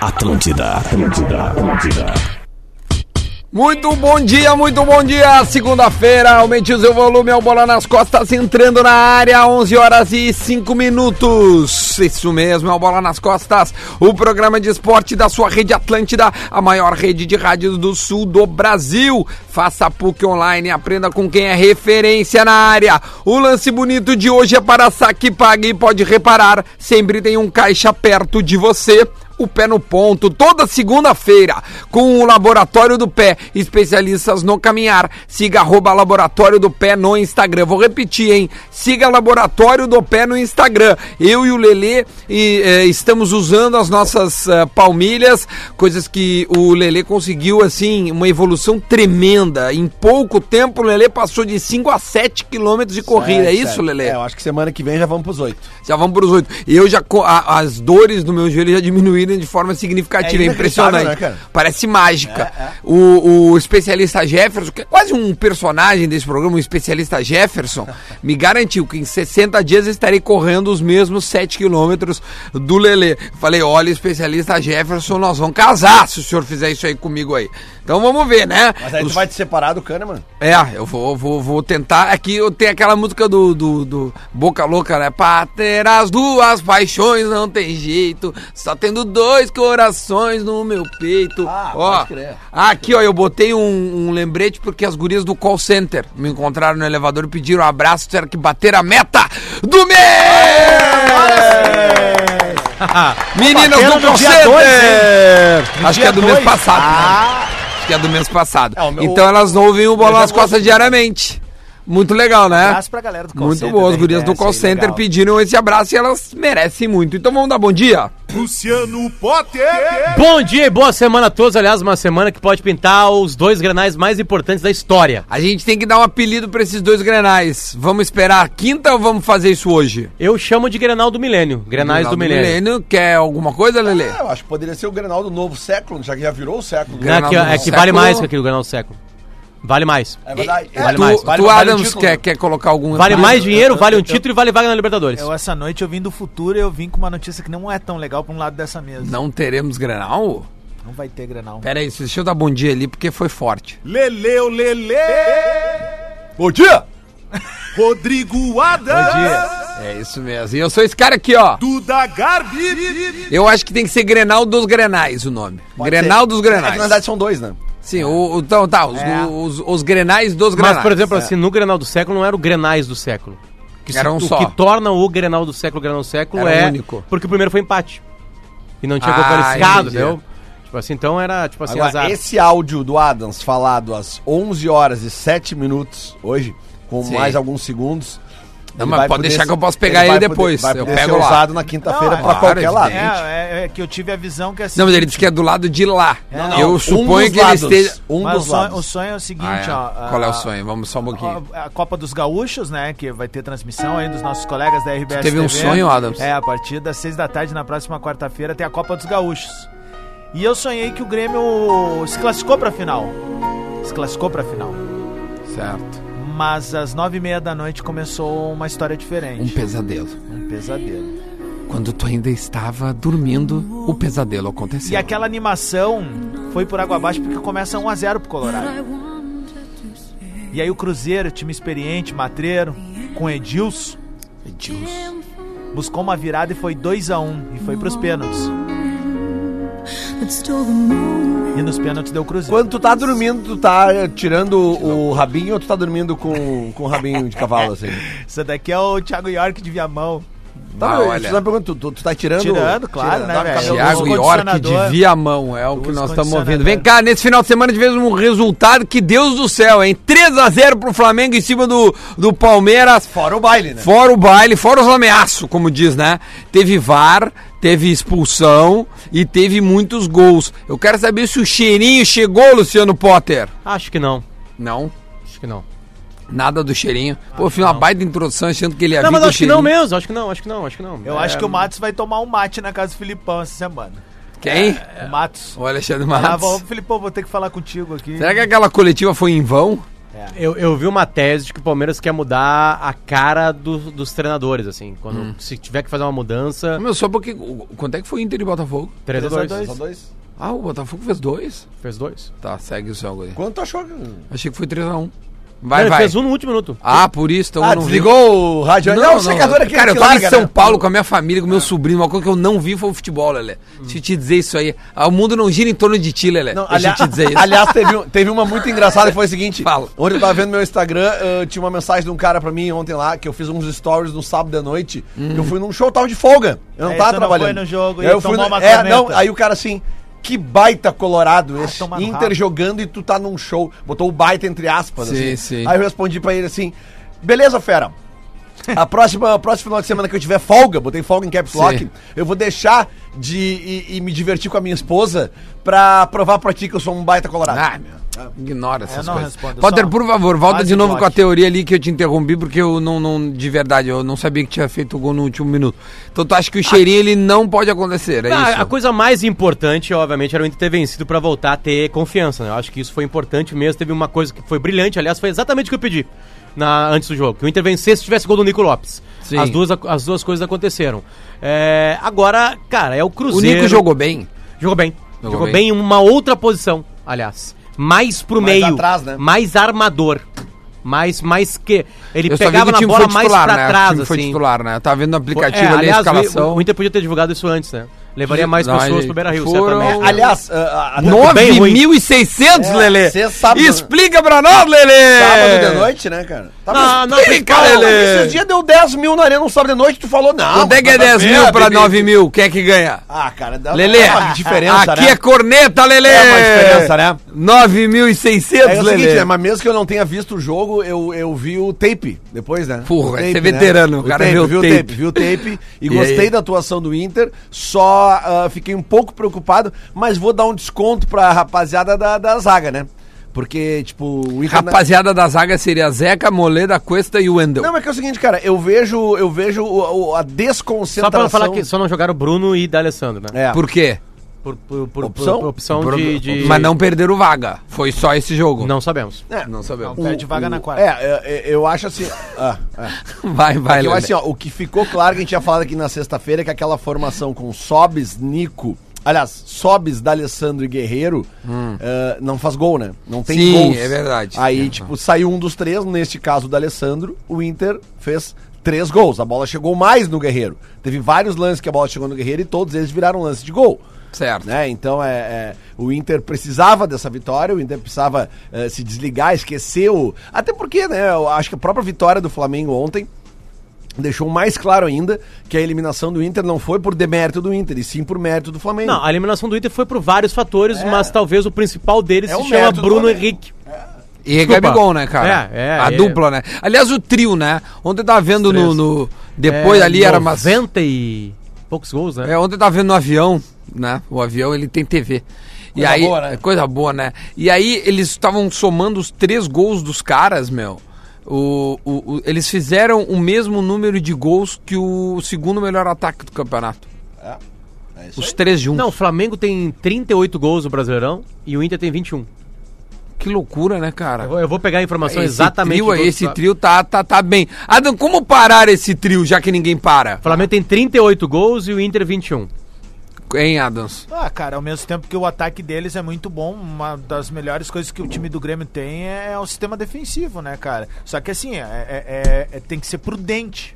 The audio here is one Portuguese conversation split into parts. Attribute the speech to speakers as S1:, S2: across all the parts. S1: Atlântida, Atlântida, Atlântida.
S2: Muito bom dia, muito bom dia. Segunda-feira, aumente o seu volume, é o Bola nas Costas entrando na área, 11 horas e 5 minutos. Isso mesmo, é o Bola nas Costas, o programa de esporte da sua rede Atlântida, a maior rede de rádios do sul do Brasil. Faça PUC online, aprenda com quem é referência na área. O lance bonito de hoje é para saque pague e pode reparar, sempre tem um caixa perto de você o pé no ponto toda segunda-feira com o Laboratório do Pé, especialistas no caminhar. Siga arroba Laboratório do Pé no Instagram. Vou repetir, hein? Siga Laboratório do Pé no Instagram. Eu e o Lelê e, eh, estamos usando as nossas eh, palmilhas, coisas que o Lelê conseguiu, assim, uma evolução tremenda. Em pouco tempo, o Lelê passou de 5 a 7 quilômetros de corrida. É, isso, Lelê?
S3: É, eu acho que semana que vem já vamos pros oito.
S2: Já vamos para os oito. Eu já co- a- as dores do meu joelho já diminuíram de forma significativa,
S3: É
S2: é impressionante.
S3: inacreditável, né, cara? É,
S2: Parece mágica. O, o especialista Jefferson, que é quase um personagem desse programa, o especialista Jefferson, me garantiu que em 60 dias eu estarei correndo os mesmos 7 quilômetros do Lelê. Falei, olha, especialista Jefferson, nós vamos casar se o senhor fizer isso aí comigo aí. Então vamos ver, né?
S3: Mas aí
S2: Os-
S3: tu vai te separar do Kahneman?
S2: é, eu vou, vou, vou tentar. Aqui eu tenho aquela música do, do, do Boca Louca, né? Pra ter as duas paixões não tem jeito. Só tendo dois corações no meu peito.
S3: Ah,
S2: ó,
S3: pode crer.
S2: aqui, ó, eu botei um, um lembrete porque as gurias do call center me encontraram no elevador e pediram um abraço. Tiveram que bater a meta do mês!
S3: É.
S2: Meninas do call center! né? Acho que é do mês passado. né? Acho que é do mês passado.
S3: Ah. É, o meu-
S2: Então elas não ouvem o Bola
S3: Eu já
S2: nas
S3: gosto
S2: Costas
S3: de-
S2: diariamente. Muito legal, né?
S3: Abraço pra galera do call
S2: Muito
S3: center
S2: boa. As
S3: da
S2: gurias do
S3: RBS,
S2: call
S3: aí,
S2: center
S3: legal.
S2: pediram esse abraço e elas merecem muito. Então vamos dar bom dia?
S4: Luciano Potter.
S5: Bom dia e boa semana a todos. Aliás, uma semana que pode pintar os dois granais mais importantes da história.
S2: A gente tem que dar um apelido pra esses dois grenais. Vamos esperar a quinta ou vamos fazer isso hoje?
S5: Eu chamo de Grenal do Milênio. Grenais do, Milênio.
S2: Quer alguma coisa, Lelê?
S3: É, eu acho que poderia ser o Grenal do novo século, já que já virou o século.
S5: Não,
S2: Grenal
S5: que-
S2: do
S5: é que
S2: século.
S5: vale mais que aquele Grenal do século. Vale mais.
S3: É verdade.
S2: E-
S3: É,
S5: Vale
S2: tu,
S5: mais,
S3: vale-
S2: tu
S3: vale o
S2: Adams, é
S3: título. né?
S2: quer, quer colocar algum...
S5: Vale mais dinheiro,
S6: eu-
S5: vale um
S6: eu-
S5: título e vale vaga na Libertadores.
S6: Eu, essa noite eu vim do futuro e eu vim com uma notícia que não é tão legal pra um lado dessa mesa.
S2: Não teremos grenal?
S6: Não vai ter Grenal.
S2: Pera aí, deixa eu dar bom dia ali porque foi forte.
S4: Leleu Lele.
S3: Bom dia!
S4: Rodrigo
S6: Um
S4: Adams.
S2: É isso mesmo. E eu sou esse cara aqui, ó.
S4: Duda Garbi.
S2: Eu acho que tem que ser Grenal dos Grenais o nome.
S3: Pode
S2: Grenal
S3: ser.
S2: dos
S3: É
S2: Grenais.
S3: que, na verdade são dois, né?
S2: Sim, o, o- então tá, os, os, os Grenais dos Grenais. é.
S5: Mas, por exemplo, assim, no Grenal do século não era o Grenais do século. Que se-
S2: Era um
S5: o
S2: só.
S5: que torna o Grenal do século o Grenal do século
S2: Era
S5: é
S2: único.
S5: porque o primeiro foi empate. E não tinha
S2: Ah,
S5: gol qualificado,
S2: entendi.
S5: entendeu? Tipo assim, então era tipo assim,
S3: Agora,
S5: azar.
S3: esse áudio do Adams falado às 11 horas e 7 minutos hoje, com
S2: Sim.
S3: mais alguns segundos.
S2: Não,
S3: ele
S2: mas
S3: vai
S2: pode
S3: poder
S2: deixar
S3: ser-
S2: que eu posso pegar ele
S3: vai
S2: depois,
S3: Poder, vai
S2: eu
S3: poder
S2: pego
S3: ser
S2: lá.
S3: usado na quinta-feira
S6: Não,
S3: pra
S2: claro,
S3: qualquer lado.
S2: evidente.
S6: É, é, é que eu tive a visão que assim.
S2: Não, mas ele disse que é do lado de lá. eu
S3: um
S2: suponho
S3: dos
S2: que ele
S3: lados,
S2: esteja.
S3: Um
S6: mas o,
S3: dos
S6: sonho,
S3: lados.
S6: o sonho é o seguinte,
S2: Ah, é.
S6: ó.
S2: Qual
S6: a-
S2: é o sonho? Vamos só um pouquinho.
S6: A, a Copa dos Gaúchos, né? Que vai ter transmissão aí dos nossos colegas da RBS.
S2: teve um
S6: TV.
S2: sonho, Adams?
S6: É, a partir das seis da tarde, na próxima quarta-feira, tem a Copa dos Gaúchos. E eu sonhei que o Grêmio se classificou pra final. Se classificou pra final.
S2: ah, Certo.
S6: Mas às nove e meia da noite começou uma história
S2: Um
S6: diferente.
S2: pesadelo.
S6: Um pesadelo.
S2: Quando tu ainda estava dormindo, o pesadelo aconteceu.
S6: E aquela animação foi por água abaixo porque começa 1 a 0 pro Colorado. E aí o Cruzeiro, time experiente, matreiro, com Edilson,
S2: Edilson.
S6: buscou uma virada e foi 2 a 1 e foi pros pênaltis. E nos pênaltis deu o Cruzeiro.
S3: Quando tu tá dormindo, tu tá eh, tirando o rabinho ou tu tá dormindo com, com o rabinho de cavalo, assim?
S6: Isso daqui é o Thiago York de Viamão.
S3: Tá,
S2: Ah,
S3: eu-
S2: olha.
S3: isso não é pergunta, tu, tu, tu tá tirando...
S6: Tirando, claro, né,
S3: tá,
S6: velho?
S3: cabelo-
S2: Tiago
S6: Os
S2: York de
S6: condicionador-
S2: Viamão, é o que
S6: Os
S2: nós estamos ouvindo.
S6: condicionador.
S2: Vem cá, nesse final de semana tivemos um resultado que Deus do céu, hein? 3x0 pro Flamengo em cima do, do Palmeiras.
S3: Fora o baile, né?
S2: Fora o baile, fora os ameaços, como diz, né? Teve VAR, teve expulsão e teve muitos gols. Eu quero saber se o cheirinho chegou, Luciano Potter.
S5: Acho que não.
S2: Não,
S5: Acho que não.
S2: nada do cheirinho. Pô, eu fiz uma baita introdução achando que ele ia
S5: Não,
S2: vir
S5: mas
S2: com o
S5: acho que não
S2: Cheirinho.
S5: mesmo, acho que não, acho que não, acho que não.
S6: Eu acho que o Matos vai tomar um mate na casa do Filipão essa semana.
S2: Quem?
S6: O Matos.
S2: O Alexandre
S6: Ah,
S2: Matos.
S6: vou- Filipão, vou ter que falar contigo aqui.
S2: Será que aquela coletiva foi em vão?
S5: Eu, eu vi uma tese de que o Palmeiras quer mudar a cara do- dos treinadores, assim. Quando
S2: Hum.
S5: se tiver que fazer uma mudança.
S2: Meu, só porque. o- Quanto é que foi Inter e Botafogo?
S5: 3 a 2
S3: Só dois?
S2: Ah, o Botafogo fez dois?
S5: Fez dois.
S2: Tá, segue o seu aí.
S3: Quanto achou? que-
S2: Achei que foi 3x1. Vai,
S5: Não, ele
S2: vai.
S5: fez um no último minuto.
S2: Ah, por isso, então eu não vi.
S3: o rádio.
S2: Não,
S3: Não,
S5: um
S2: não,
S3: o secador aqui.
S2: cara, eu
S3: que
S2: tava
S3: larga,
S2: em São
S3: né?
S2: Paulo com a minha família, com meu sobrinho. Uma coisa que eu não vi foi o futebol, Lelé. Deixa eu te dizer isso aí. Ah, O mundo não gira em torno de ti, Lelé.
S3: Não,
S2: Deixa eu
S3: aliás,
S2: te dizer isso.
S3: aliás teve, um- teve uma muito engraçada que foi o seguinte.
S2: Fala.
S3: Ontem eu tava vendo meu Instagram, eh, tinha uma mensagem de um cara pra mim ontem lá, que eu fiz uns stories no sábado da noite.
S2: Hum.
S3: que Eu fui num show, tava de folga. Eu não
S6: Aí
S3: tava
S6: tu É, não
S3: trabalhando.
S6: foi no jogo e
S3: Aí eu fui
S6: tomou
S3: no-
S6: uma
S3: é,
S6: corneta.
S3: não, Aí o cara assim, que baita colorado esse.
S6: toma no
S3: Inter
S6: rabo.
S3: jogando e tu tá num show. Botou o baita entre aspas.
S2: Sim,
S3: assim.
S2: sim.
S3: Aí eu respondi pra ele assim, beleza, fera. A próxima, o próximo final de semana que eu tiver folga, botei folga em caps lock,
S2: Sim.
S3: eu vou deixar de e, e me divertir com a minha esposa pra provar pra ti que eu sou um baita colorado.
S2: Ah, meu. Ignora
S5: É,
S2: essas
S6: não
S2: coisas.
S6: respondo, eu
S2: Potter,
S6: só-
S2: por favor, volta
S6: Quase
S2: de novo
S6: que
S2: com a
S6: ótimo.
S2: teoria ali que eu te interrompi, porque eu não, não- de verdade, eu não sabia que tinha feito o gol no último minuto. Então tu acha que o cheirinho ele não pode acontecer, é
S5: Ah,
S2: isso?
S5: a coisa mais importante, obviamente, era o Inter ter vencido pra voltar a ter confiança. Né? Eu acho que isso foi importante mesmo. Teve uma coisa que foi brilhante, aliás, foi exatamente o que eu pedi na, antes do jogo. Que o Inter vencesse se tivesse gol do Nico Lopes.
S2: Sim.
S5: As, duas, as duas coisas aconteceram. É, agora, cara, é o
S2: O
S5: Cruzeiro.
S2: Nico jogou bem.
S5: Jogou bem.
S2: Jogou
S5: Jogou,
S2: bem.
S5: bem em uma outra posição, aliás. Mais pro
S3: Mais
S5: meio.
S3: atrás, né?
S5: Mais armador. Mais, mais que. Ele
S2: Eu só vi
S5: pegava
S2: que o
S5: na
S2: time
S5: bola
S2: foi
S5: mais
S2: titular,
S5: pra
S2: né? o
S5: trás,
S2: time foi
S5: assim.
S2: titular, né? Eu tava vendo no aplicativo
S5: É,
S2: ali a
S5: aliás,
S2: escalação.
S5: o, o Inter podia ter divulgado isso antes, né? Levaria
S2: Não,
S5: mais pessoas
S2: ele-
S5: pro Beira Rio,
S2: foram-
S5: certamente.
S2: É,
S3: Aliás, a, a,
S5: Muito bem ruim.
S2: 9.600,
S3: É,
S2: Lelê.
S3: cê sabe-
S2: Explica pra nós, Lelê. Ah,
S3: sábado
S2: É.
S3: de noite, né, cara?
S5: Não, não,
S2: Explica,
S3: Cara,
S2: Lelê.
S3: esses dias deu 10 mil na arena no sábado de noite, tu falou, não.
S2: Quanto é que é
S3: nada a
S2: 10
S3: ver,
S2: mil pra
S3: bebê.
S2: 9 mil? Quem é que ganha?
S3: Ah, cara, dá
S2: Lelê,
S3: dá uma diferença,
S2: aqui
S3: né?
S2: é corneta, Lelê.
S3: É uma diferença, né?
S2: 9.600,
S3: É o
S2: Lelê.
S3: seguinte, né? Mas mesmo que eu não tenha visto o jogo, eu, eu vi o tape depois, né?
S2: Porra,
S3: O tape,
S2: você é veterano,
S3: né?
S2: o cara vê o
S3: viu
S2: tape.
S3: Viu o tape e,
S2: E
S3: gostei
S2: aí?
S3: da atuação do Inter, só ah, fiquei um pouco preocupado, mas vou dar um desconto pra rapaziada da, da zaga, né? Porque, tipo, o Inter...
S2: Rapaziada da zaga seria Zeca, Moleda, Cuesta e Wendel.
S3: Não, mas que é o seguinte, cara, eu vejo, eu vejo o- o- a
S5: Só
S3: desconcentração...
S5: pra falar que só não jogaram o Bruno e D'Alessandro, né?
S3: É.
S2: Por quê?
S5: Por, por- por-
S3: Opção?
S5: por opção
S2: Por-
S5: de, de-
S2: Mas não perderam vaga. Foi só esse jogo.
S5: Não sabemos.
S3: É,
S2: não sabemos.
S6: Não perde vaga na quarta.
S3: É, é, é, eu acho assim... ah, é.
S2: Vai, vai,
S3: Eu
S2: Lelê.
S3: acho assim, ó, o que ficou claro que a gente tinha falado aqui na sexta-feira é que aquela formação com Sobes, Nico. Aliás, Sobes, D'Alessandro e Guerreiro eh, não faz gol, né? Não tem
S2: Hum. Sim,
S3: gols.
S2: é verdade.
S3: Aí,
S2: É.
S3: tipo, saiu um dos três, neste caso o D'Alessandro, o Inter fez três gols. A bola chegou mais no Guerreiro. Teve vários lances que a bola chegou no Guerreiro e todos eles viraram lance de gol.
S2: Certo.
S3: Né? Então é, é, o Inter precisava dessa vitória, o Inter precisava eh, se desligar, esquecer o. Até porque, né? Eu acho que a própria vitória do Flamengo ontem deixou mais claro ainda que a eliminação do Inter não foi por demérito do Inter, e sim por mérito do Flamengo.
S5: Não, a eliminação do Inter foi por vários fatores, mas talvez o principal deles
S3: É
S5: se
S3: o
S5: chama
S3: mérito do
S5: Bruno
S3: Flamengo.
S5: Henrique.
S2: E é
S5: Desculpa.
S2: Gabigol, né, cara?
S5: É, é,
S2: A
S5: é.
S2: dupla, né? Aliás, o trio, né? Ontem eu tava vendo no,
S5: Três.
S2: no- Depois
S5: É,
S2: ali era umas.
S5: 90 e poucos gols, né?
S2: É, ontem eu tava vendo no avião, né? O avião ele tem TV. e
S3: Coisa
S2: aí,
S3: boa, né?
S2: é coisa boa, né? E aí eles estavam somando os três gols dos caras, meu. O, o- o- eles fizeram o mesmo número de gols que o segundo melhor ataque do campeonato.
S3: É isso
S2: Os três juntos.
S5: Não, o Flamengo tem 38 gols no Brasileirão e o Inter tem 21.
S2: Que loucura, né, cara?
S5: Eu vou, eu vou pegar a informação
S2: esse
S5: exatamente.
S2: Trio,
S5: do-
S2: aí, esse trio tá, tá, tá bem. Adam, como parar esse trio, já que ninguém para?
S5: O Flamengo tem 38 gols e um. o Inter 21.
S2: Hein, Adams?
S6: Ah, cara, ao mesmo tempo que o ataque deles é muito bom, uma das melhores coisas que o time do Grêmio tem é o sistema defensivo, né, cara? Só que assim, é- é- é- é- tem que ser prudente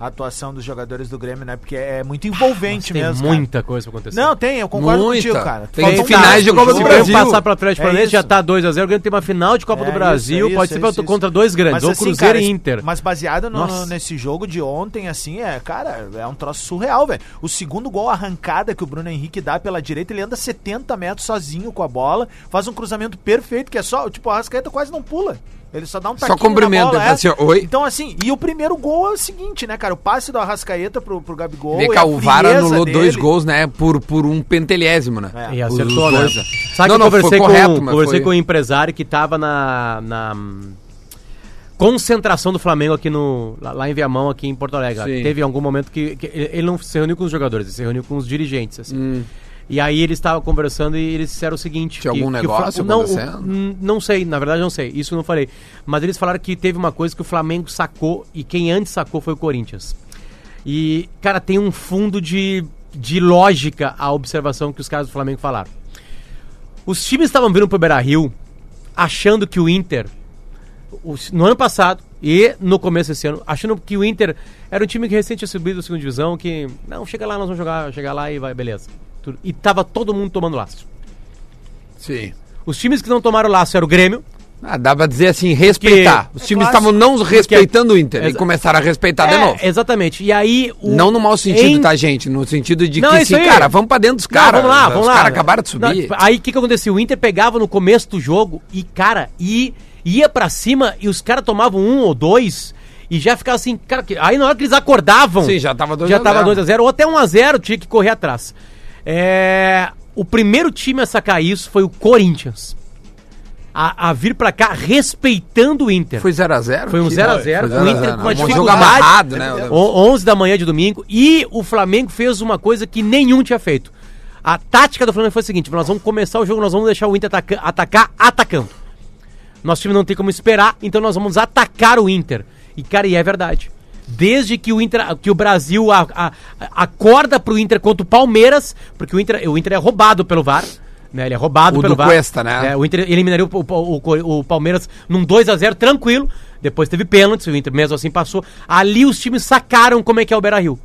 S6: a atuação dos jogadores do Grêmio, né? Porque é muito envolvente
S5: tem
S6: mesmo. cara.
S5: muita coisa pra acontecer.
S6: Não, tem, eu concordo
S2: Muita.
S6: contigo, cara.
S2: Tem
S6: Faltam
S2: finais de Copa do
S5: Se o
S6: vários jogos.
S5: Grêmio
S2: Brasil.
S5: passar pra Atlético
S6: É
S5: Paranaense, já
S6: isso.
S5: tá 2x0. O Grêmio tem uma final de Copa
S6: É
S5: do
S6: isso,
S5: Brasil.
S6: é isso,
S5: pode
S6: é
S5: ser
S6: isso,
S5: contra
S6: isso.
S5: dois grandes, ou
S6: assim,
S5: Cruzeiro
S6: cara,
S5: e
S6: es-
S5: Inter.
S6: Mas baseado no-
S5: Nossa.
S6: nesse jogo de ontem, assim, é, cara, é um troço surreal, velho. O segundo gol, a arrancada que o Bruno Henrique dá pela direita, ele anda 70 metros sozinho com a bola, faz um cruzamento perfeito, que é só, tipo, a Rascaeta quase não pula. Ele só dá um
S2: Só
S6: taquinho
S2: cumprimenta,
S6: na bola,
S2: ele faz assim, ó, "Oi".
S6: Então, assim, e o primeiro gol é o seguinte, né, cara? O passe do Arrascaeta pro, pro Gabigol.
S2: Vê
S5: é
S6: e
S2: que
S6: a
S2: o VAR
S6: frieza
S2: anulou
S6: dele.
S2: dois gols, né? Por, por um pentelésimo, né?
S6: É.
S5: E
S2: Os-
S5: acertou,
S2: os
S5: né?
S2: dois,
S5: Sabe
S2: Não,
S5: que
S2: não,
S5: eu conversei,
S2: foi
S5: com,
S2: correto, mas
S5: conversei
S2: foi-
S5: com um empresário que tava na, na hum, concentração do Flamengo aqui no. lá, lá em Viamão, aqui em Porto Alegre.
S2: Sim. Hum.
S5: Teve algum momento que, que ele ele não se reuniu com os jogadores, ele se reuniu com os dirigentes. assim. E aí eles estavam conversando e eles disseram o seguinte...
S2: Tinha algum
S5: o Fla-
S2: negócio
S5: não, o-
S2: acontecendo?
S5: n- não sei, na verdade não sei, isso eu não falei. Mas eles falaram que teve uma coisa que o Flamengo sacou e quem antes sacou foi o Corinthians. E, cara, tem um fundo de, de lógica a observação que os caras do Flamengo falaram. Os times estavam vindo pro Beira-Rio achando que o Inter, o- no ano passado e no começo desse ano, achando que o Inter era um time que recente tinha subido da segunda divisão, que não, chega lá, nós vamos jogar, chegar lá e vai, beleza. Tudo. E tava todo mundo tomando laço.
S2: Sim.
S5: Os times que não tomaram laço era o Grêmio,
S2: Ah, dá pra dizer assim, respeitar.
S5: Porque
S2: Os times
S5: é clássico.
S2: estavam não respeitando o Inter e
S5: Exa-
S2: começaram a respeitar Tá, de
S5: É,
S2: novo.
S5: Exatamente. E aí o
S2: Não no mau sentido,
S5: em-
S2: tá, gente? No sentido de
S5: Não,
S2: que,
S5: é isso
S2: assim,
S5: aí.
S2: cara, vamos pra dentro dos
S5: Não,
S2: caras.
S5: vamos lá, vamos
S2: Os
S5: lá.
S2: caras acabaram de subir.
S5: Não, tipo, aí o que, que aconteceu? O Inter pegava no começo do jogo e, cara, e ia pra cima e os caras tomavam um ou dois e já ficava assim, cara, que- aí na hora que eles acordavam.
S2: Sim, já tava 2
S5: já
S2: a
S5: tava
S2: 0.
S5: 2 a 0 ou até 1 a 0 tinha que correr atrás. É, o primeiro time a sacar isso foi o Corinthians. A, a vir pra cá respeitando o Inter.
S2: Foi 0x0?
S5: Foi um 0x0 com o Inter com uma
S2: Um jogo
S5: dificuldade. É.
S2: amarrado, né?
S5: O- 11 da manhã de domingo. E o Flamengo fez uma coisa que nenhum tinha feito. A tática do Flamengo foi a seguinte: nós vamos começar o jogo, nós vamos deixar o Inter ataca- atacar atacando. Nosso time não tem como esperar, então nós vamos atacar o Inter. E, cara, e é verdade. Desde que o, Inter, que o Brasil a- a- a- acorda pro Inter contra o Palmeiras, porque o Inter, o Inter é roubado pelo VAR. Né, ele é roubado
S2: O
S5: pelo
S2: do Cuesta, né?
S5: É, o Inter eliminaria o, o- o Cor- o Palmeiras num 2x0 tranquilo. Depois teve pênaltis, o Inter mesmo assim passou. Ali os times sacaram como é que é o Beira-Rio.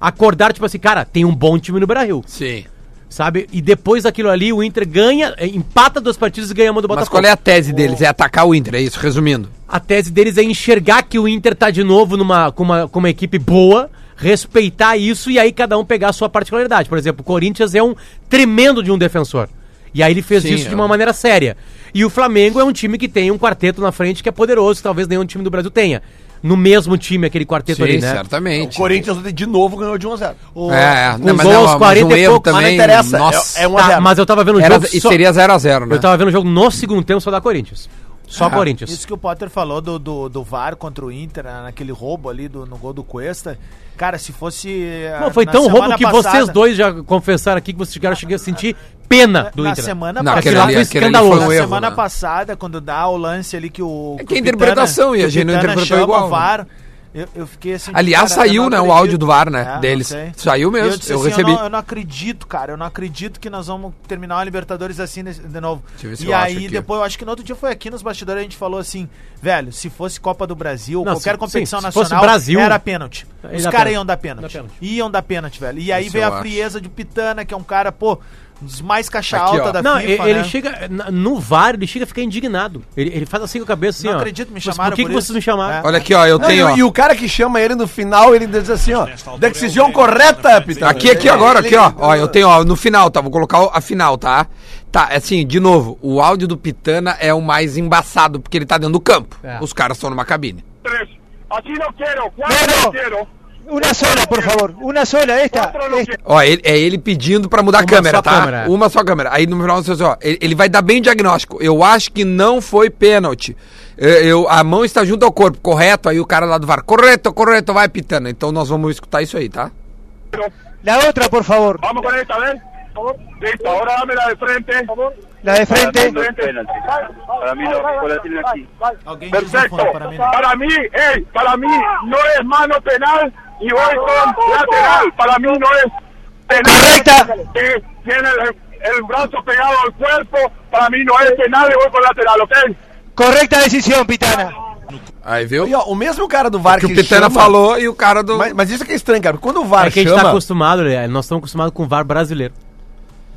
S5: Acordaram, tipo assim, cara, tem um bom time no Beira-Rio,
S2: Sim.
S5: sabe? E depois daquilo ali, o Inter ganha, eh, empata duas partidas e ganha uma do
S2: Mas
S5: Botafogo.
S2: qual é a tese deles? É atacar o Inter, é isso, resumindo.
S5: A tese deles é enxergar que o Inter tá de novo numa, com, uma, com uma equipe boa, respeitar isso e aí cada um pegar a sua particularidade. Por exemplo, o Corinthians é um tremendo de um defensor. E aí ele fez
S2: Sim,
S5: isso de
S2: eu-
S5: uma maneira séria. E o Flamengo é um time que tem um quarteto na frente que é poderoso, que talvez nenhum time do Brasil tenha. No mesmo time, aquele quarteto ali, né?
S3: O
S2: certamente.
S3: Corinthians ontem de novo ganhou de 1x0.
S6: O-
S2: É,
S5: Com gol aos
S2: um-
S5: 40 e
S2: erro
S5: pouco, mas
S2: também.
S3: não interessa, é-
S2: Nossa.
S3: é um- 1 a 0.
S5: Tá, mas eu tava vendo o
S2: Era,
S5: jogo
S2: e
S5: só-
S2: seria 0x0, né?
S5: Eu tava vendo o jogo no segundo tempo só da Corinthians. Só
S2: Ah,
S5: Corinthians.
S6: Isso que o Potter falou do, do, do VAR contra o Inter, né, naquele roubo ali do, no gol do Cuesta. Cara, se fosse. eh,
S5: Não, foi
S6: na
S5: tão roubo
S6: semana
S5: que
S6: passada-
S5: vocês dois já confessaram aqui que vocês chegaram, cheguei a sentir pena do
S6: na
S5: Inter. né?
S6: semana
S2: Não,
S5: aquele
S2: aquele
S5: lá
S2: ali,
S5: foi
S2: aquele ali foi
S5: escandaloso.
S6: Na
S2: um erro.
S6: semana
S2: né?
S6: passada, quando dá o lance ali que o.
S2: É
S6: que o
S2: a interpretação,
S6: Pitana-
S2: e a gente não
S6: que o Pitana
S2: interpretou
S6: chama
S2: igual, né?
S6: o VAR, eu, eu fiquei assim.
S2: Aliás,
S6: cara, eu
S2: saiu,
S6: não
S2: né, o
S6: acredito.
S2: áudio do VAR, né,
S6: É, não
S2: deles.
S6: sei.
S2: Saiu mesmo,
S6: E disse
S2: eu
S6: assim,
S2: recebi.
S6: não, eu não acredito, cara. Eu não acredito que nós vamos terminar a Libertadores assim nesse- de novo.
S2: Deixa eu ver se
S6: E
S2: eu acho
S6: aí,
S2: aqui.
S6: depois, eu acho que no outro dia foi aqui nos bastidores, a gente falou assim, velho, se fosse Copa do Brasil,
S5: Não,
S6: qualquer
S5: se-
S6: competição
S5: sim, se fosse
S6: nacional,
S5: Brasil-
S6: era pênalti.
S5: Aí
S6: Os
S5: dá
S6: caras
S5: pênalti.
S6: iam dar
S5: Dá
S6: pênalti.
S5: pênalti.
S6: Iam dar pênalti, velho. E aí
S2: Isso
S6: veio
S2: eu
S6: a
S2: acho.
S6: frieza de Pitana, que é um cara, pô, um dos mais caixa
S2: Aqui, ó.
S6: alta da
S5: Não,
S6: FIFA,
S5: ele, ele
S6: né?
S5: chega na- no VAR, ele chega a ficar indignado. Ele, ele faz assim com a cabeça assim,
S6: Não
S5: ó.
S6: acredito, me
S5: Mas
S6: chamaram
S5: Por que,
S6: por
S5: que
S6: isso?
S5: vocês me chamaram?
S2: Olha aqui, ó, eu
S3: Não, e,
S2: tenho.
S3: o-
S2: ó.
S3: e o cara que chama ele no final, ele diz assim, ó, decisão correta, Pitana.
S2: Aqui,
S5: é
S2: aqui, agora, aqui, ó. Ó, eu tenho, ó, no final, tá? Vou colocar o- a final, tá? Tá, assim, de novo, o áudio do Pitana é o mais embaçado, porque ele tá dentro do campo.
S5: É.
S2: Os caras estão numa cabine.
S7: tres. Así no quiero,
S8: No,
S7: cuatro
S8: no.
S7: no quiero.
S8: Una sola, por favor. Una sola, esta.
S7: Cuatro no
S8: esta.
S7: quiero.
S2: Ó, ele- é ele pedindo pra mudar a
S5: Uma
S2: câmera,
S5: só
S2: tá?
S5: câmera, é.
S2: Uma só câmera. Aí no final você ó, ele, ele vai dar bem o diagnóstico. Eu acho que não foi pênalti. É, Eu, a mão está junto ao corpo, correto? Aí o cara lá do VAR, correto, correto, vai pitando. Então nós vamos escutar isso aí, tá?
S8: La otra, por favor.
S7: Vamos con esta, a ver. Por favor. Listo, ahora dame la de frente. Por favor.
S8: La de frente.
S7: Para mí no, por la tiene aquí.
S6: Alguém diz no
S7: Perfecto.
S6: fundo, para mí no.
S7: Para mí, hey, para mí no es mano penal y hoy son lateral. Para mí no es
S8: Correcta.
S7: penal. Eh, tiene el, el brazo pegado al cuerpo. Para mí no es penal y voy por lateral, ¿ok?
S8: Correcta decisión, Pitana.
S2: Aí viu?
S3: E, ó, o mesmo cara do VAR
S2: que o Pitana falou e o cara do.
S3: Mas, mas isso que é estranho, cara. Quando o VAR
S5: É que a gente
S3: chama...
S5: tá acostumado, né? nós estamos acostumados com o VAR brasileiro.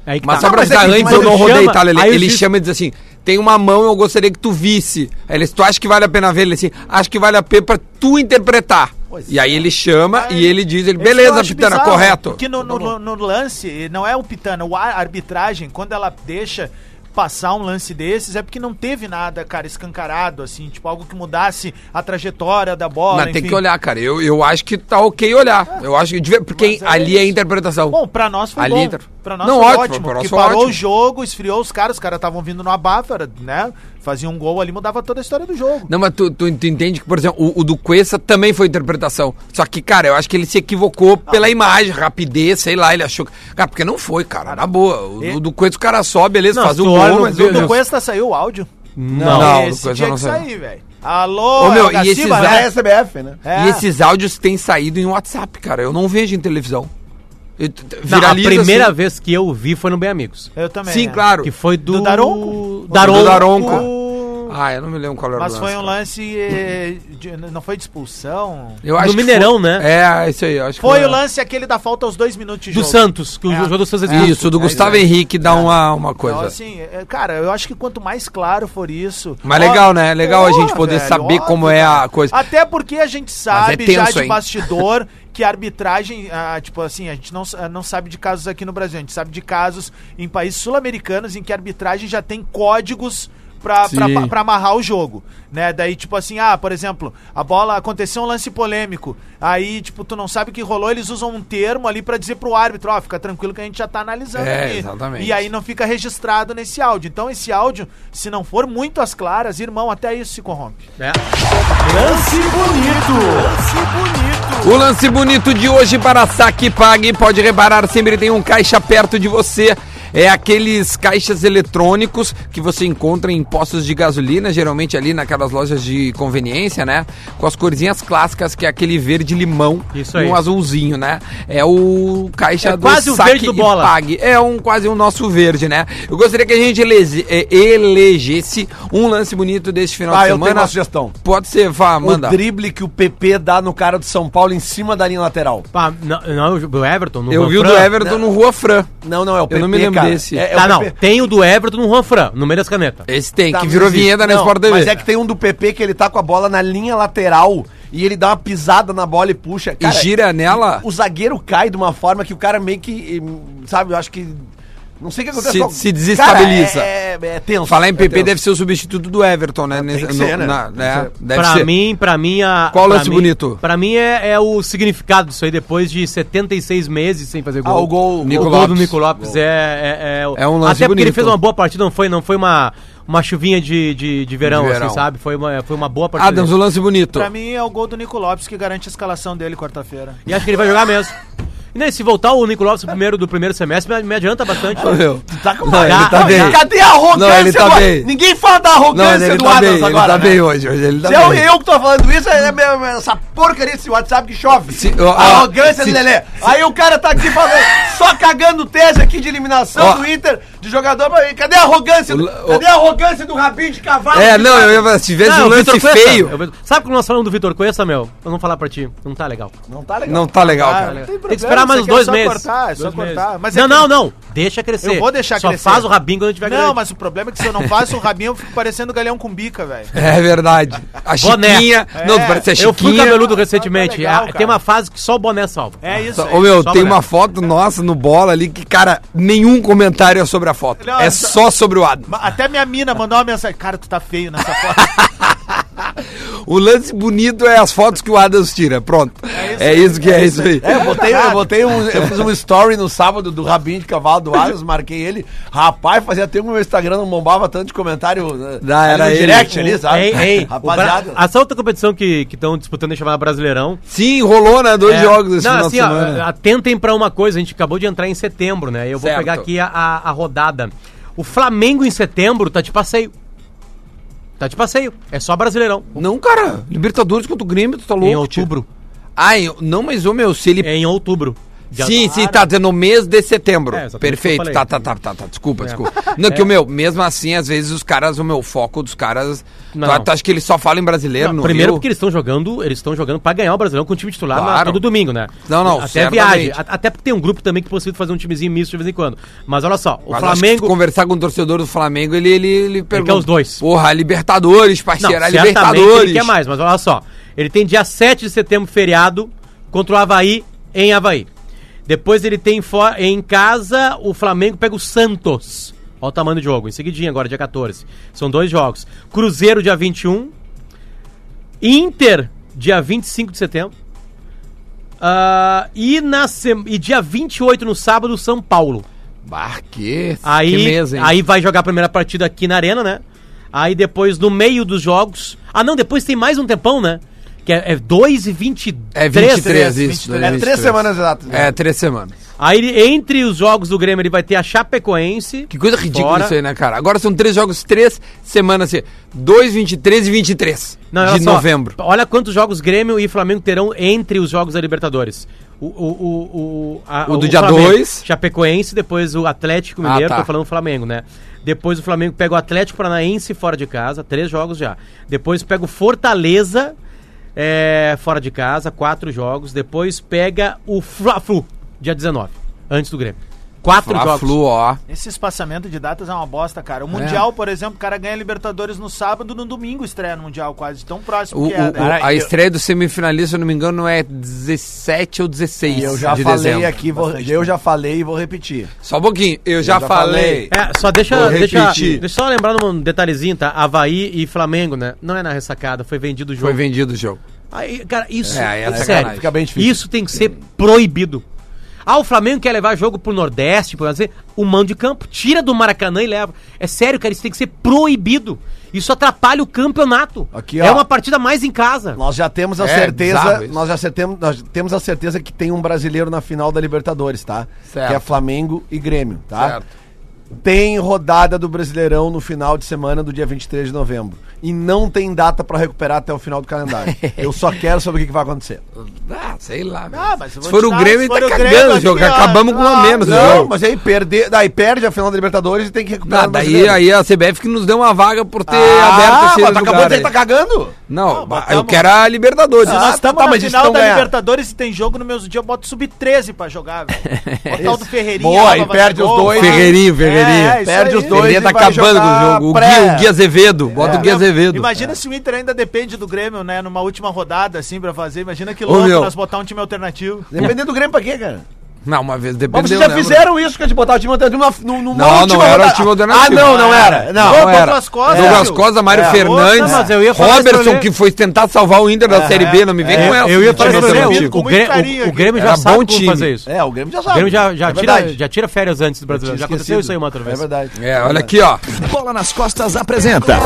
S5: É aí que
S2: Mas
S5: tá.
S2: só pra
S3: mas é
S2: avisar,
S3: que-
S2: antes
S3: mas
S2: eu
S3: ele
S2: não rodei,
S5: chama-
S2: tá, Lelê?
S5: aí o
S2: Ele
S5: juiz-
S2: chama e diz assim, tem uma mão, eu gostaria que tu visse. Aí Ele diz, tu acha que vale a pena ver? Ele assim, acho que vale a pena pra tu interpretar. e aí ele chama e ele diz, ele,
S6: Isso que eu
S2: beleza,
S6: acho
S2: Pitana,
S6: bizarro,
S2: correto.
S6: Porque no, no- no- no lance, não é o Pitana, o a arbitragem, quando ela deixa passar um lance desses, é porque não teve nada, cara, escancarado, assim, tipo, algo que mudasse a trajetória da bola,
S2: Mas tem que olhar, cara. Eu, eu acho que tá ok olhar. Eu acho que. devia- Porque
S6: Mas é
S2: ali é a
S6: isso.
S2: interpretação.
S6: Bom, pra nós foi
S2: Ali
S6: bom.
S2: entra.
S6: Pra nós
S2: Não,
S6: foi
S2: ótimo,
S6: ótimo,
S2: pra nós
S6: porque
S2: foi
S6: parou
S2: ótimo.
S6: o jogo, esfriou os caras, os caras estavam vindo no abafo, era, né? Fazia um gol ali, mudava toda a história do jogo.
S2: Não, mas tu, tu, tu entende que, por exemplo, o, o do Cuesta também foi interpretação. Só que, cara, eu acho que ele se equivocou pela imagem, rapidez, sei lá, ele achou. que- Cara, porque não foi, cara, na boa. O, o do Cuesta o cara sobe, beleza,
S5: Não,
S2: faz
S5: se
S2: o
S5: tu olha
S2: gol,
S5: no
S2: mas
S5: vídeo-
S2: eu-
S6: Do Cuesta saiu o áudio?
S2: Não, não, do
S6: esse
S2: Cuesta
S6: tinha
S2: não
S6: que
S2: saiu.
S6: sair, velho. Alô,
S2: Ô, meu,
S6: Helga
S2: e esses
S6: Silva,
S2: áudios-
S3: É SBF, né?
S6: É.
S2: E esses áudios têm saído em WhatsApp, cara. Eu não vejo em televisão. Eu- t- t-
S5: Não, a
S2: viraliza,
S5: primeira
S2: assim.
S5: vez que eu vi foi no Bem Amigos.
S6: Eu também.
S2: Sim,
S6: é.
S2: claro.
S5: Que foi do.
S6: Do Daronco?
S5: Daronco.
S2: Do Daronco.
S6: O-
S2: Ah, eu não me lembro qual era
S6: Mas
S2: o
S6: foi um
S2: cara.
S6: lance. eh, de- não foi de expulsão?
S2: Eu acho
S5: Do
S2: que
S5: Mineirão,
S2: foi- É, isso aí. eu Acho que
S6: né? Foi o lance aquele da falta aos dois minutos de
S5: Do
S6: jogo.
S5: Santos, que o
S6: É.
S5: jogador do Santos
S2: É, Isso, do Gustavo Henrique dá uma, uma coisa.
S6: Então, assim, é, cara, eu acho que quanto mais claro for isso.
S2: Mas
S6: Ó,
S2: legal, né? Legal a
S6: porra,
S2: gente poder
S6: velho,
S2: saber
S6: óbvio,
S2: como é a
S6: cara.
S2: coisa.
S6: Até porque a gente sabe
S2: Mas é tenso,
S6: já de
S2: hein?
S6: bastidor que a arbitragem, ah, tipo assim, a gente não, sa- não sabe de casos aqui no Brasil, a gente sabe de casos em países sul-americanos em que a arbitragem já tem códigos. Pra, pra,
S2: Sim.
S6: pra- pra amarrar o jogo, né? Daí, tipo assim, ah, por exemplo, a bola aconteceu um lance polêmico. Aí, tipo, tu não sabe o que rolou, eles usam um termo ali pra dizer pro árbitro, ó, fica tranquilo que a gente já tá analisando
S2: É,
S6: aqui.
S2: exatamente.
S6: E aí não fica registrado nesse áudio. Então esse áudio, se não for muito às claras, irmão, até isso se corrompe.
S2: O lance bonito de hoje para Saque Pague pode reparar, sempre tem um caixa perto de você. É aqueles caixas eletrônicos que você encontra em postos de gasolina, geralmente ali naquelas lojas de conveniência, né? Com as corzinhas clássicas, que é aquele verde limão
S5: Isso aí.
S2: e um azulzinho, né? É o caixa
S5: É quase o verde do
S2: e
S5: bola.
S2: Pague. É um quase o nosso verde, né? Eu gostaria que a gente elege- eh, elegesse um lance bonito deste final
S3: Ah,
S2: de
S3: eu
S2: semana.
S3: tenho uma sugestão.
S2: Pode ser, vá, manda.
S3: O drible que o PP dá no cara do São Paulo em cima da linha lateral.
S5: Pá, Ah, não, não, o Everton. No
S2: Eu
S5: Juan
S2: vi o do
S5: Fran.
S2: Everton no Rua Fran.
S3: Não, não, é o PP,
S2: não me lembro
S3: cara.
S2: desse.
S3: É, é
S5: Tá,
S3: o
S5: não.
S3: PP.
S5: Tem o do Everton no Juan Fran, no meio das canetas.
S2: Esse tem,
S3: Tá,
S2: que
S3: mas
S2: virou
S3: existe.
S2: vinheta na
S3: Não,
S2: Sport TV.
S3: Mas é que tem um do PP que ele tá com a bola na linha lateral e ele dá uma pisada na bola e puxa.
S2: E gira nela?
S3: O zagueiro cai de uma forma que o cara meio que, eh, sabe, eu acho que... Não sei o que acontece.
S2: Se-
S3: com-
S2: se desestabiliza.
S3: Cara, é, é, é tenso.
S2: Falar em
S3: é
S2: PP
S3: tenso.
S2: deve ser o substituto do Everton, né? Nesse-
S3: que ser,
S2: no-
S3: né?
S2: na-
S3: Tem
S2: né?
S3: que
S2: Deve
S5: pra
S2: ser.
S5: mim, pra mim a
S2: Qual
S5: pra
S2: lance
S5: mim-
S2: bonito?
S5: Pra mim é, é o significado disso aí depois de 76 meses sem fazer gol.
S3: o gol-
S5: Nico
S2: Ah, o gol
S5: Lopes.
S2: do
S5: do
S2: Nico
S5: Nico Lopes é, é,
S2: É um lance
S5: Até porque ele
S2: bonito.
S5: fez uma boa partida, não foi, não foi uma, uma chuvinha de, de, de verão,
S2: De verão.
S5: assim, sabe? Foi uma, foi uma boa partida.
S2: Adams, um
S5: dele.
S2: lance bonito.
S6: Pra mim é o gol do Nico Lopes que garante a escalação dele quarta-feira.
S5: E acho que ele vai jogar mesmo. E né, se voltar o Nico Lopes primeiro do primeiro semestre, me, me adianta bastante.
S2: Meu,
S3: Tá com
S2: Não, ele
S5: Já-
S2: tá
S5: não,
S2: bem.
S5: já-
S3: Cadê a arrogância
S2: Não, ele tá
S3: agora?
S2: bem.
S3: Ninguém fala da
S2: Não, ele
S3: arrogância do
S2: tá
S3: Adams
S2: bem, ele
S3: agora,
S2: tá
S3: né?
S2: bem hoje. hoje ele tá
S3: Se eu,
S2: bem.
S3: eu que tô falando isso, é mesmo essa porcaria desse WhatsApp que chove.
S2: Se- ó,
S3: a arrogância
S2: ó, se-
S3: do Lelê. Aí o cara tá aqui falando, só cagando tese aqui de eliminação
S2: Ó.
S3: do Inter, de jogador. mas Cadê a arrogância? do-
S2: O- o-
S3: cadê a arrogância do rabinho de cavalo?
S2: É,
S3: Que
S2: não,
S3: tá-
S2: eu ia falar, se tivesse
S5: Não,
S2: um
S5: o Vitor assim,
S2: lance
S5: Cuesta,
S2: feio,
S5: eu vejo- sabe quando nós falamos do Vitor Cuesta, meu? Eu não falar pra ti. Não tá legal.
S3: Não tá legal.
S2: não tá legal,
S6: Ah,
S2: cara.
S6: tem
S5: Tem que esperar mais uns
S6: isso aqui
S5: dois
S6: é só
S5: meses.
S6: Cortar, é só
S5: Dois meses.
S6: cortar. Mas
S5: não,
S6: é que-
S5: não, não. Deixa crescer.
S6: Eu vou deixar
S5: Só
S6: crescer.
S5: faz o rabinho quando tiver
S6: Não, mas o problema é que se eu não faço o rabinho, eu fico parecendo galeão com bica, velho.
S2: É verdade. A
S5: Boné.
S2: Chiquinha. Não, tu
S6: É,
S2: parece a
S5: Eu fui
S2: Chiquinha.
S5: cabeludo recentemente.
S6: Tá legal,
S5: É,
S6: cara.
S5: tem uma fase que só o boné salva.
S3: Tá.
S6: É isso.
S2: Ô meu,
S5: Só
S2: tem
S5: boné.
S2: uma foto nossa no bola ali que, cara, nenhum comentário é sobre a foto.
S6: Não,
S2: é
S6: só-
S2: só sobre o Adams.
S6: Ma- Até minha mina mandou uma mensagem. Cara, tu tá feio nessa foto.
S2: O lance bonito é as fotos que o Adams tira. Pronto. É isso,
S6: isso
S2: que é, isso aí.
S3: É, eu botei, eu botei um, eu fiz um story no sábado do Rabinho de Cavalo do Adams, marquei ele. Rapaz, fazia tempo que meu Instagram não bombava tanto de comentário né,
S2: Não,
S3: ali
S2: era
S3: no
S2: ele.
S6: é
S3: direct ali, sabe?
S5: Ei, ei,
S3: Rapaziada.
S5: o Bra- Essa outra competição que estão disputando é chamada Brasileirão.
S2: Sim, rolou, né? Dois
S5: É,
S2: jogos esse
S5: não,
S2: final de
S5: assim, ó,
S2: semana.
S5: atentem pra uma coisa, a gente acabou de entrar em setembro, né? Eu vou
S2: Certo.
S5: pegar aqui a, a- a rodada. O Flamengo em setembro tá de passeio. Tá de passeio. É só Brasileirão.
S2: Não, cara. Libertadores contra o Grêmio, tu tá louco.
S5: em outubro.
S2: tio. Ah, em- não, mas ô meu, se ele...
S5: É em outubro. Já-
S2: sim, sim, tá dizendo no mês de setembro.
S5: É, exatamente o que
S2: Perfeito.
S5: eu
S2: Tá,
S5: falei. É.
S2: tá, tá, tá, tá. Desculpa, desculpa. Não, que o meu, mesmo assim, às vezes os caras, o meu foco dos caras...
S5: Não,
S2: tu,
S5: não.
S2: tu acha que eles só falam em brasileiro
S5: Não,
S2: no
S5: primeiro
S2: Rio?
S5: porque eles estão jogando, eles estão jogando pra ganhar o Brasileirão com o time titular
S2: Claro.
S5: na, todo domingo, né?
S2: Não, não,
S5: Até
S2: certamente.
S5: viagem. A- até porque tem um grupo também que possibilita fazer um timezinho misto de vez em quando. Mas olha só, o
S2: Mas acho que se tu
S5: Flamengo.
S2: conversar com o torcedor do Flamengo, ele, ele, ele pergunta.
S5: os dois.
S2: Porra, Libertadores,
S5: Não,
S2: parceiro, é
S5: certamente
S2: Libertadores.
S5: ele quer mais, mas olha só. Ele tem dia 7 de setembro feriado contra o Havaí em Havaí. Depois ele tem fo- em casa, o Flamengo pega o Santos. Olha o tamanho do jogo. Em seguidinho agora, dia 14. São dois jogos. Cruzeiro, dia 21. Inter, dia 25 de setembro. Ah, e, na sem- e dia 28, no sábado, São Paulo.
S2: Bah, que,
S5: Aí,
S2: que mesa, hein?
S5: aí vai jogar a primeira partida aqui na arena, né? Aí depois, no meio dos jogos. Ah, não, depois tem mais um tempão, né? Que é, é 2 e 23.
S2: é 23, isso.
S3: É três semanas exatas.
S2: É, três semanas.
S5: Aí ele- entre os jogos do Grêmio ele vai ter a Chapecoense.
S2: Que coisa ridícula
S5: Fora.
S2: isso aí, né, cara? Agora são três jogos, três semanas, assim, 2, 23 e 23
S5: Não, olha
S2: de
S5: só,
S2: novembro.
S5: Olha quantos jogos Grêmio e Flamengo terão entre os jogos da Libertadores. O, o, o, o, a-
S2: O do dia
S5: Flamengo,
S2: dois.
S5: Chapecoense, depois o Atlético Mineiro,
S2: Ah, tá.
S5: tô falando Flamengo, né? Depois o Flamengo pega o Atlético Paranaense fora de casa, três jogos já. Depois pega o Fortaleza é, fora de casa, quatro jogos. Depois pega o Fla-Flu, dia 19, antes do Grêmio. Quatro
S2: Fla
S5: jogos.
S2: Flu, ó.
S6: Esse espaçamento de datas é uma bosta, cara. O Mundial, por exemplo, o cara ganha Libertadores no sábado, no domingo estreia no Mundial, quase tão próximo
S2: O,
S6: que é.
S2: o-
S6: né?
S2: o- a estreia do semifinalista, se eu não me engano, é 17 ou 16
S3: E eu já
S2: de
S3: falei
S2: dezembro.
S3: aqui, vou, eu já falei e vou repetir.
S2: Só um pouquinho. Eu já,
S3: já
S2: falei.
S3: falei.
S5: É, só deixa,
S2: Vou
S5: deixa,
S2: repetir.
S5: deixa só lembrar um detalhezinho, tá? Havaí e Flamengo, né? Não é na ressacada, foi vendido o jogo.
S2: Foi vendido o jogo.
S5: Aí, cara, isso,
S2: É, aí é
S5: sério,
S2: sacanagem.
S3: Fica bem difícil.
S5: isso tem que ser proibido. Ah, o Flamengo quer levar jogo pro Nordeste, por exemplo, o mando de campo, tira do Maracanã e leva. É sério, cara, isso tem que ser proibido. Isso atrapalha o campeonato.
S3: Aqui,
S5: é
S3: ó.
S5: uma partida mais em casa.
S3: Nós já temos a
S2: É, bizarro
S3: certeza,
S2: isso.
S3: nós já temos, nós temos a certeza que tem um brasileiro na final da Libertadores, tá?
S2: Certo.
S3: Que é Flamengo e Grêmio, tá?
S2: Certo.
S3: Tem rodada do Brasileirão no final de semana do dia 23 de novembro. E não tem data pra recuperar até o final do calendário. Eu só quero saber o que, que vai acontecer.
S2: Ah, sei lá.
S6: Ah,
S2: velho.
S6: mas eu
S2: se
S6: vou
S2: for
S6: te
S2: o
S6: dar-
S2: Grêmio,
S6: se
S2: tá
S6: for o
S2: cagando
S6: Grêmio
S2: o jogo.
S6: aqui, ó,
S2: Acabamos com um a
S6: não,
S2: menos o
S3: Não,
S2: jogo.
S3: mas aí perder, daí perde a final da Libertadores e tem que recuperar.
S2: Ah,
S3: o
S2: daí,
S3: Brasileiro.
S2: aí a CBF que nos deu uma vaga por ter aberto
S3: Ah,
S2: esse
S3: mas tu
S2: lugar.
S3: acabou de dizer
S2: aí.
S3: que tá cagando?
S2: Não, Ah,
S6: Não,
S2: bah,
S6: botamos-
S2: eu quero a Libertadores.
S6: Se nós estamos
S3: tá,
S6: na
S3: mas eles
S6: é final
S3: tão
S6: da
S3: ganhando.
S6: Libertadores e tem jogo no mesmo dia, eu boto sub-13 pra jogar, velho. Botar o do Ferreirinha.
S3: Boa,
S6: lá
S3: aí
S6: pra fazer
S3: perde os
S6: gol,
S3: dois.
S6: pá.
S2: Ferreirinho, Ferreirinho.
S6: É, é isso
S3: Perde
S6: aí.
S3: os dois.
S2: Ele tá
S3: e vai
S2: acabando
S3: jogar
S2: o jogo. O
S3: pré.
S2: Gui, o Gui Azevedo. Bota o Gui
S6: Não,
S2: Azevedo.
S6: É. Imagina se o Inter ainda depende do Grêmio, né? Numa última rodada, assim, pra fazer. Imagina que
S2: Ô,
S6: louco
S2: meu.
S6: nós botar um time alternativo.
S3: Dependendo do Grêmio pra quê, cara?
S2: Não, uma vez
S3: Mas
S2: dependeu,
S3: vocês já
S2: né,
S3: fizeram um isso, que a gente botar o time alternativo no, no,
S2: Não, não era o time alternativo.
S3: Ah, não, não era. Não,
S2: Não,
S6: Douglas
S2: era.
S6: Costa,
S2: Douglas
S6: viu?
S2: Costa, Mário
S6: É,
S2: Fernandes,
S5: não, mas eu ia falar isso pra
S2: Robertson,
S5: ele.
S2: que foi tentar salvar o Inter da Série B, não me vem
S5: É,
S2: com essa.
S5: eu ia
S2: time
S5: falar isso, né?
S2: alternativo.
S5: o, o
S6: Com muito
S5: Grêmio-
S6: carinho
S5: o- o Grêmio
S2: aqui.
S5: já
S2: Era
S5: sabe
S2: bom
S5: como
S2: time.
S5: fazer isso.
S3: É, o Grêmio já sabe.
S5: O Grêmio já, já,
S3: É
S5: tira,
S3: verdade.
S5: já tira férias antes do Brasileiro.
S3: Tinha
S5: Já aconteceu
S3: esquecido.
S5: isso aí uma outra vez.
S3: É verdade.
S2: É, olha aqui, ó.
S4: Bola nas costas apresenta.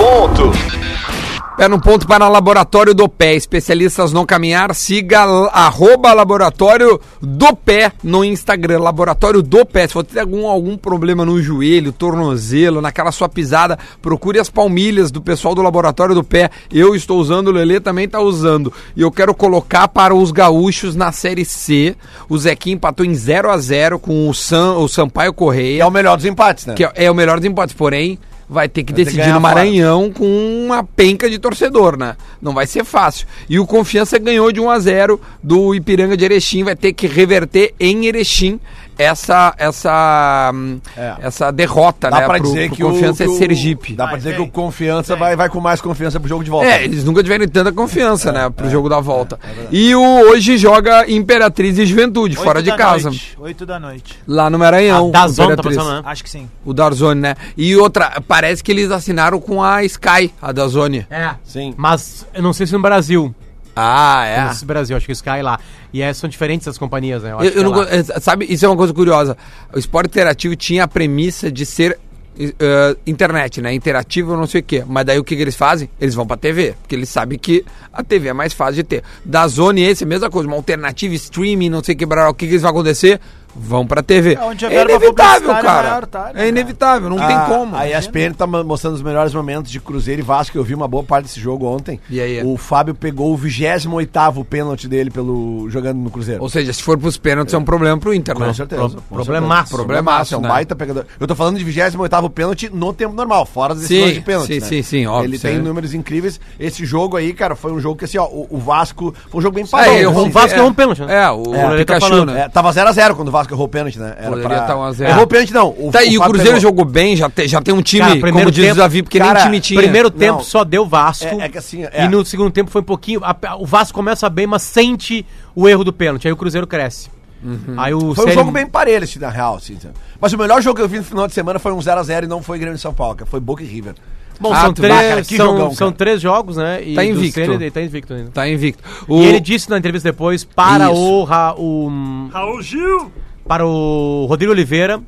S2: Pé É no ponto para Laboratório do Pé. Especialistas no caminhar, siga l- arroba Laboratório do Pé no Instagram. Laboratório do Pé. Se você tem algum, algum problema no joelho, tornozelo, naquela sua pisada, procure as palmilhas do pessoal do Laboratório do Pé. Eu estou usando, o Lelê também está usando. E eu quero colocar para os gaúchos na Série C. O Zequinho empatou em 0 a 0 com o, Sam, o Sampaio Correia.
S3: E é o melhor dos empates, né?
S2: Que é, é o melhor dos empates, porém, vai ter que
S3: ter que
S2: decidir
S3: ganhar
S2: no
S3: fora.
S2: Maranhão com uma penca de torcedor, né? Não vai ser fácil. E o Confiança ganhou de 1 a 0 do Ipiranga de Erechim, vai ter que reverter em Erechim essa essa hum,
S3: É.
S2: essa derrota,
S3: Dá
S2: né,
S3: pra
S2: pro-
S3: dizer
S2: pro
S3: que o-
S2: Confiança
S3: que o,
S2: é Sergipe.
S3: Dá pra
S6: Vai,
S3: dizer que
S6: vem.
S3: o Confiança vai, vai com mais confiança pro jogo de volta. É,
S2: É, eles nunca tiveram tanta confiança, né, pro jogo da volta. e o hoje joga Imperatriz e Juventude,
S6: Oito
S2: fora de
S6: da
S2: casa,
S6: noite, Oito da noite.
S2: lá no Maranhão.
S5: Da zona tá
S2: Imperatriz.
S5: passando, né?
S6: Acho que sim.
S2: O Darzone, né? E outra, parece que eles assinaram com a Sky, a da Zone.
S5: É.
S3: Sim.
S5: Mas eu não sei se no Brasil.
S2: Ah,
S5: Não sei se no Brasil, acho que o Sky lá. E é, são diferentes as companhias, né? acho
S2: Eu, eu
S5: que
S2: não
S5: é lá.
S2: go- eh, sabe, isso é uma coisa curiosa. O esporte interativo tinha a premissa de ser eh, eh, internet, né? Interativo, não sei o quê. Mas daí o que, que eles fazem? Eles vão pra TV, porque eles sabem que a TV é mais fácil de ter. Da Zone, esse é a mesma coisa, uma alternativa, streaming, não sei o que, blá, blá, o que, que eles vão acontecer? Vão pra TV.
S6: É, onde
S2: É
S6: verba
S2: inevitável,
S6: publicitária
S2: cara.
S6: maior tá, né,
S2: é
S6: cara?
S2: inevitável, não
S3: Ah,
S2: tem como.
S3: A ESPN tá ma- mostrando os melhores momentos de Cruzeiro e Vasco. Eu vi uma boa parte desse jogo ontem.
S2: E aí? é?
S3: O Fábio pegou o 28 pênalti dele pelo, jogando no Cruzeiro.
S2: Ou seja, se for pros pênaltis, é um problema pro Inter, né?
S5: Pro-
S3: com
S5: problemaço.
S2: Problemaço,
S3: é um
S2: né?
S3: baita pegador. Eu tô falando de 28 pênalti no tempo normal, fora das decisões
S2: Sim,
S3: de pênalti.
S2: sim,
S3: né?
S2: sim, sim, óbvio,
S3: Ele
S2: sim.
S3: tem números incríveis. Esse jogo aí, cara, foi um jogo que assim, ó, o, o Vasco. Foi um jogo bem
S2: Ah,
S3: parado.
S2: errou
S5: o
S2: um
S5: Vasco
S2: é,
S5: errou um pênalti, né?
S2: É, o,
S5: É,
S2: o Pikachu,
S5: tá falando,
S2: né?
S3: É, tava 0x0 quando o Vasco errou o pênalti, né? Era
S2: Poderia tá 1 a 0.
S3: Errou o pênalti, não. O, é,
S2: Tá, e o
S3: Fábio
S2: Cruzeiro
S3: pegou.
S2: jogou bem, já, te- já tem um time,
S5: Cara, primeiro
S2: como diz o
S5: tempo-
S2: Davi, porque
S3: Cara,
S2: nem time tinha.
S5: Primeiro
S3: Não.
S5: tempo só deu Vasco.
S3: É- é que assim, é.
S5: E no segundo tempo foi um pouquinho. a- o Vasco começa bem, mas sente o erro do pênalti. Aí o Cruzeiro cresce.
S2: Uhum.
S5: Aí o
S3: Foi um
S5: Ceni-
S3: jogo bem parelho, assim, na real. Assim, sabe? Mas o melhor jogo que eu vi no final de semana foi um 0x0 e não foi Grêmio de São Paulo, cara. Foi Boca e River.
S5: Bom,
S2: Ah,
S5: são,
S2: tu- Ah,
S5: três,
S3: cara, que
S5: são,
S3: jogão,
S5: são
S3: cara.
S5: três jogos, né? E
S2: Tá
S5: do
S2: invicto.
S5: Ceni- ele tá invicto ainda.
S2: Tá invicto. O-
S5: E ele disse na entrevista depois para
S2: Isso.
S5: o, Ra, o
S4: Raul Gil.
S5: para o Rodrigo Oliveira.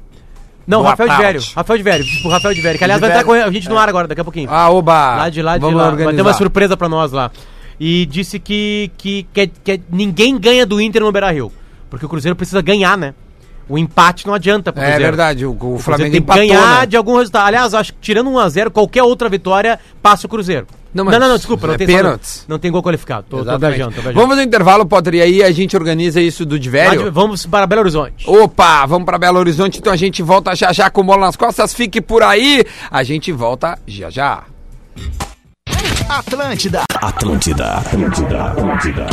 S5: Não,
S2: Boa
S5: Rafael de
S2: tarde.
S5: Vério. Rafael de Vério, pro Rafael de Vério, que aliás vai
S6: Vério.
S5: entrar com a gente no ar agora, daqui a pouquinho.
S2: Ah, oba!
S5: Lá de lá, de
S2: Vamos
S5: lá.
S2: organizar.
S5: Vai ter uma surpresa pra nós lá. E disse que, que, que, que ninguém ganha do Inter no Beira-Rio. Porque o Cruzeiro precisa ganhar, né? O empate não adianta pro
S2: É
S5: Cruzeiro.
S2: verdade, o, o
S5: O
S2: Flamengo
S5: Flamengo tem que
S2: empatou,
S5: ganhar
S2: né?
S5: de algum resultado. Aliás, acho que tirando 1x0, qualquer outra vitória passa o Cruzeiro.
S2: Não,
S5: Não,
S2: mas
S5: não, não, desculpa. Não
S2: é
S5: tem,
S2: pênaltis.
S5: não tem gol qualificado. Tô, tô
S2: Exatamente.
S5: viajando, tô viajando.
S2: Vamos no intervalo, Potter, e aí a gente organiza isso do
S5: Lá de-
S2: Divério.
S5: vamos para Belo Horizonte.
S2: Opa, vamos para Belo Horizonte, então a gente volta já já com bola nas costas. Fique por aí, a gente volta já já.
S4: Atlântida.
S1: Atlântida, Atlântida, Atlântida.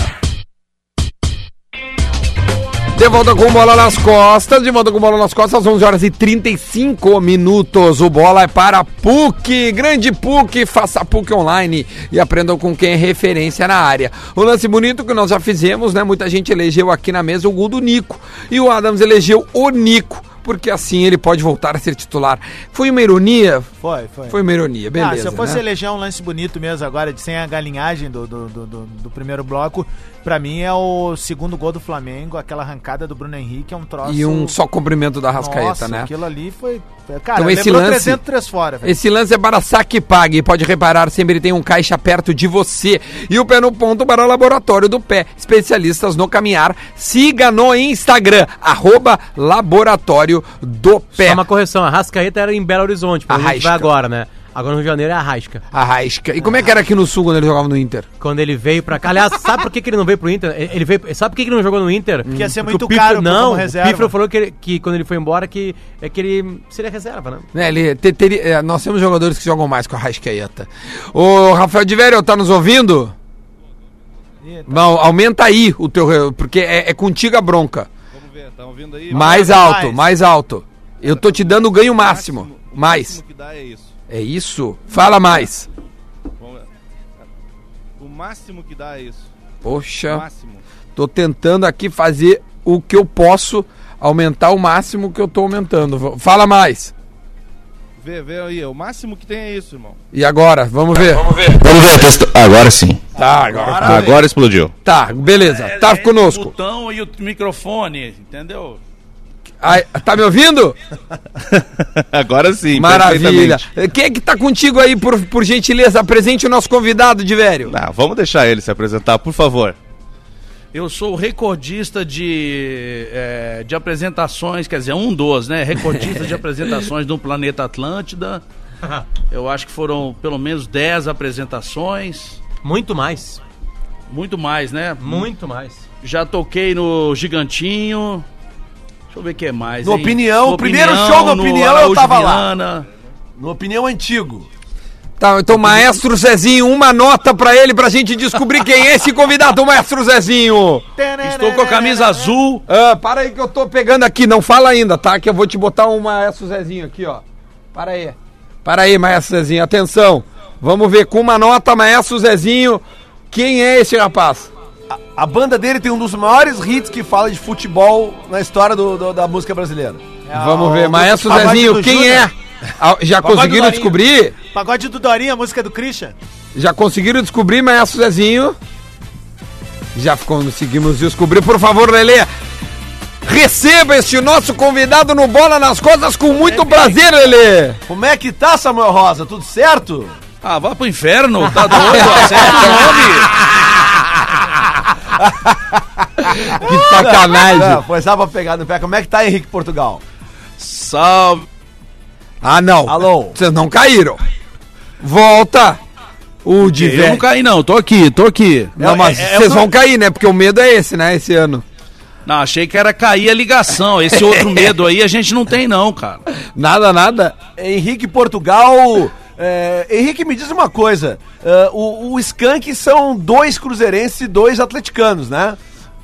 S2: De volta com bola nas costas, de volta com bola nas costas, às 11 horas e 35 minutos. O bola é para a PUC, grande PUC, faça PUC online e aprendam com quem é referência na área. O lance bonito que nós já fizemos, né? Muita gente elegeu aqui na mesa o gol do Nico e o Adams elegeu o Nico, porque assim ele pode voltar a ser titular. Foi uma ironia?
S6: Foi, foi.
S2: Foi uma ironia, beleza.
S6: ah, se eu fosse
S2: né?
S6: eleger um lance bonito mesmo agora, de sem a galinhagem do, do, do, do- do primeiro bloco, pra mim é o segundo gol do Flamengo, aquela arrancada do Bruno Henrique, é um troço...
S2: E um só cumprimento da Rascaeta,
S6: Nossa,
S2: né?
S6: aquilo ali foi... Cara,
S2: Então esse
S6: lembrou
S2: lance-
S6: 300, 3 fora, velho.
S2: Esse lance é para saque e pague. Pode reparar, sempre tem um caixa perto de você. E o pé no ponto para o Laboratório do Pé. Especialistas no caminhar. Siga no Instagram, arroba Laboratório do Pé.
S5: Só uma correção, a Rascaeta era em Belo Horizonte, pra onde a gente vai
S2: Arrasca.
S5: agora, né? Agora no Rio de Janeiro é a Rasca.
S2: Arrasca. E como é que era aqui no Sul quando ele jogava no Inter?
S5: Quando ele veio pra cá. Aliás, sabe por que, que ele não veio pro Inter? Ele veio, sabe por que, que ele não jogou no Inter? Porque
S6: ia ser muito
S5: o Pifro-
S6: caro pro-
S5: Não,
S6: como
S5: o
S6: reserva.
S5: Pifro falou que, ele- que quando ele foi embora que, é que ele seria reserva, né?
S2: Né, ele te- teria- é, nós temos jogadores que jogam mais com a Rascaeta. Ô, Rafael de Vério, tá nos ouvindo? Não, aumenta aí o teu. re- Porque é, é contigo a bronca.
S9: Vamos ver, tá ouvindo aí?
S2: Mais alto,
S6: mais.
S2: mais alto. Eu tô te dando o ganho máximo. Mais.
S9: O máximo que dá é isso.
S2: É isso? Fala mais.
S9: Vamos ver. O máximo que dá é isso. O
S2: Poxa,
S9: máximo.
S2: tô tentando aqui fazer o que eu posso, aumentar o máximo que eu tô aumentando. V- Fala mais.
S9: Vê, vê aí, o máximo que tem é isso, irmão.
S2: E agora? Vamos ver.
S4: Vamos ver o texto. Agora sim.
S2: Tá, agora.
S4: Agora explodiu.
S2: Tá, beleza. Tá conosco.
S10: botão e É, o microfone, entendeu?
S2: Ai, tá me ouvindo?
S4: Agora sim.
S2: Maravilha.
S4: perfeitamente.
S2: Quem é que tá contigo aí, por, por gentileza? Apresente o nosso convidado, de velho.
S4: Ah, vamos deixar ele se apresentar, por favor.
S10: Eu sou o recordista de, eh, de apresentações, quer dizer, um dos, né? Recordista de apresentações do Planeta Atlântida. Eu acho que foram pelo menos 10 apresentações,
S5: Muito mais.
S10: muito mais, né?
S5: Muito mais.
S10: Já toquei no Gigantinho. Deixa eu ver o que mais.
S3: No
S10: hein?
S3: Opinião,
S10: No
S3: primeiro show do
S10: no
S3: Opinião eu
S10: Araújo
S3: tava lá.
S10: Viana.
S3: No opinião antigo.
S2: Tá, então, maestro Zezinho, uma nota pra ele pra gente descobrir quem é esse convidado, maestro Zezinho.
S10: Estou com a camisa azul.
S2: Ah, para aí que eu tô pegando aqui, não fala ainda, tá? Que eu vou te botar um maestro Zezinho aqui, ó. Para aí. Para aí, maestro Zezinho, atenção. Vamos ver com uma nota, maestro Zezinho, quem é esse rapaz?
S3: A banda dele tem um dos maiores hits que fala de futebol na história do- do- da música brasileira.
S6: É
S2: Vamos ver, maestro
S6: Pagode
S2: Zezinho,
S6: do
S2: quem
S6: Júnior.
S2: é? Ah, Já
S6: Pagode
S2: conseguiram
S6: do Dorinho.
S2: descobrir?
S6: Pagode do Dorinha, a música do Christian.
S2: Já conseguiram descobrir, maestro Zezinho? Já conseguimos descobrir, por favor, Lelê. Receba este nosso convidado no Bola nas Costas com muito prazer, Lelê.
S3: Como é que tá, Samuel Rosa? Tudo certo?
S10: Ah, vá pro inferno, tá doido? né? Acerta o nome.
S2: Que sacanagem.
S3: Não, foi só É, pra pegar no pé. Como é que tá, Henrique Portugal?
S10: Salve.
S2: Ah, não.
S3: Alô?
S2: Vocês não caíram. Volta. O de
S10: Eu não
S2: velho.
S10: caí, não. Tô aqui, tô aqui.
S2: Não, mas
S10: É, é,
S2: vocês
S10: eu não-
S2: vão cair, né? Porque o medo é esse, né? Esse ano.
S10: Não, achei que era cair a ligação. Esse outro medo aí a gente não tem, não, cara.
S2: Nada, nada.
S3: Henrique Portugal. é, Henrique, me diz uma coisa. é, o, o Skank são dois cruzeirenses e dois atleticanos, né?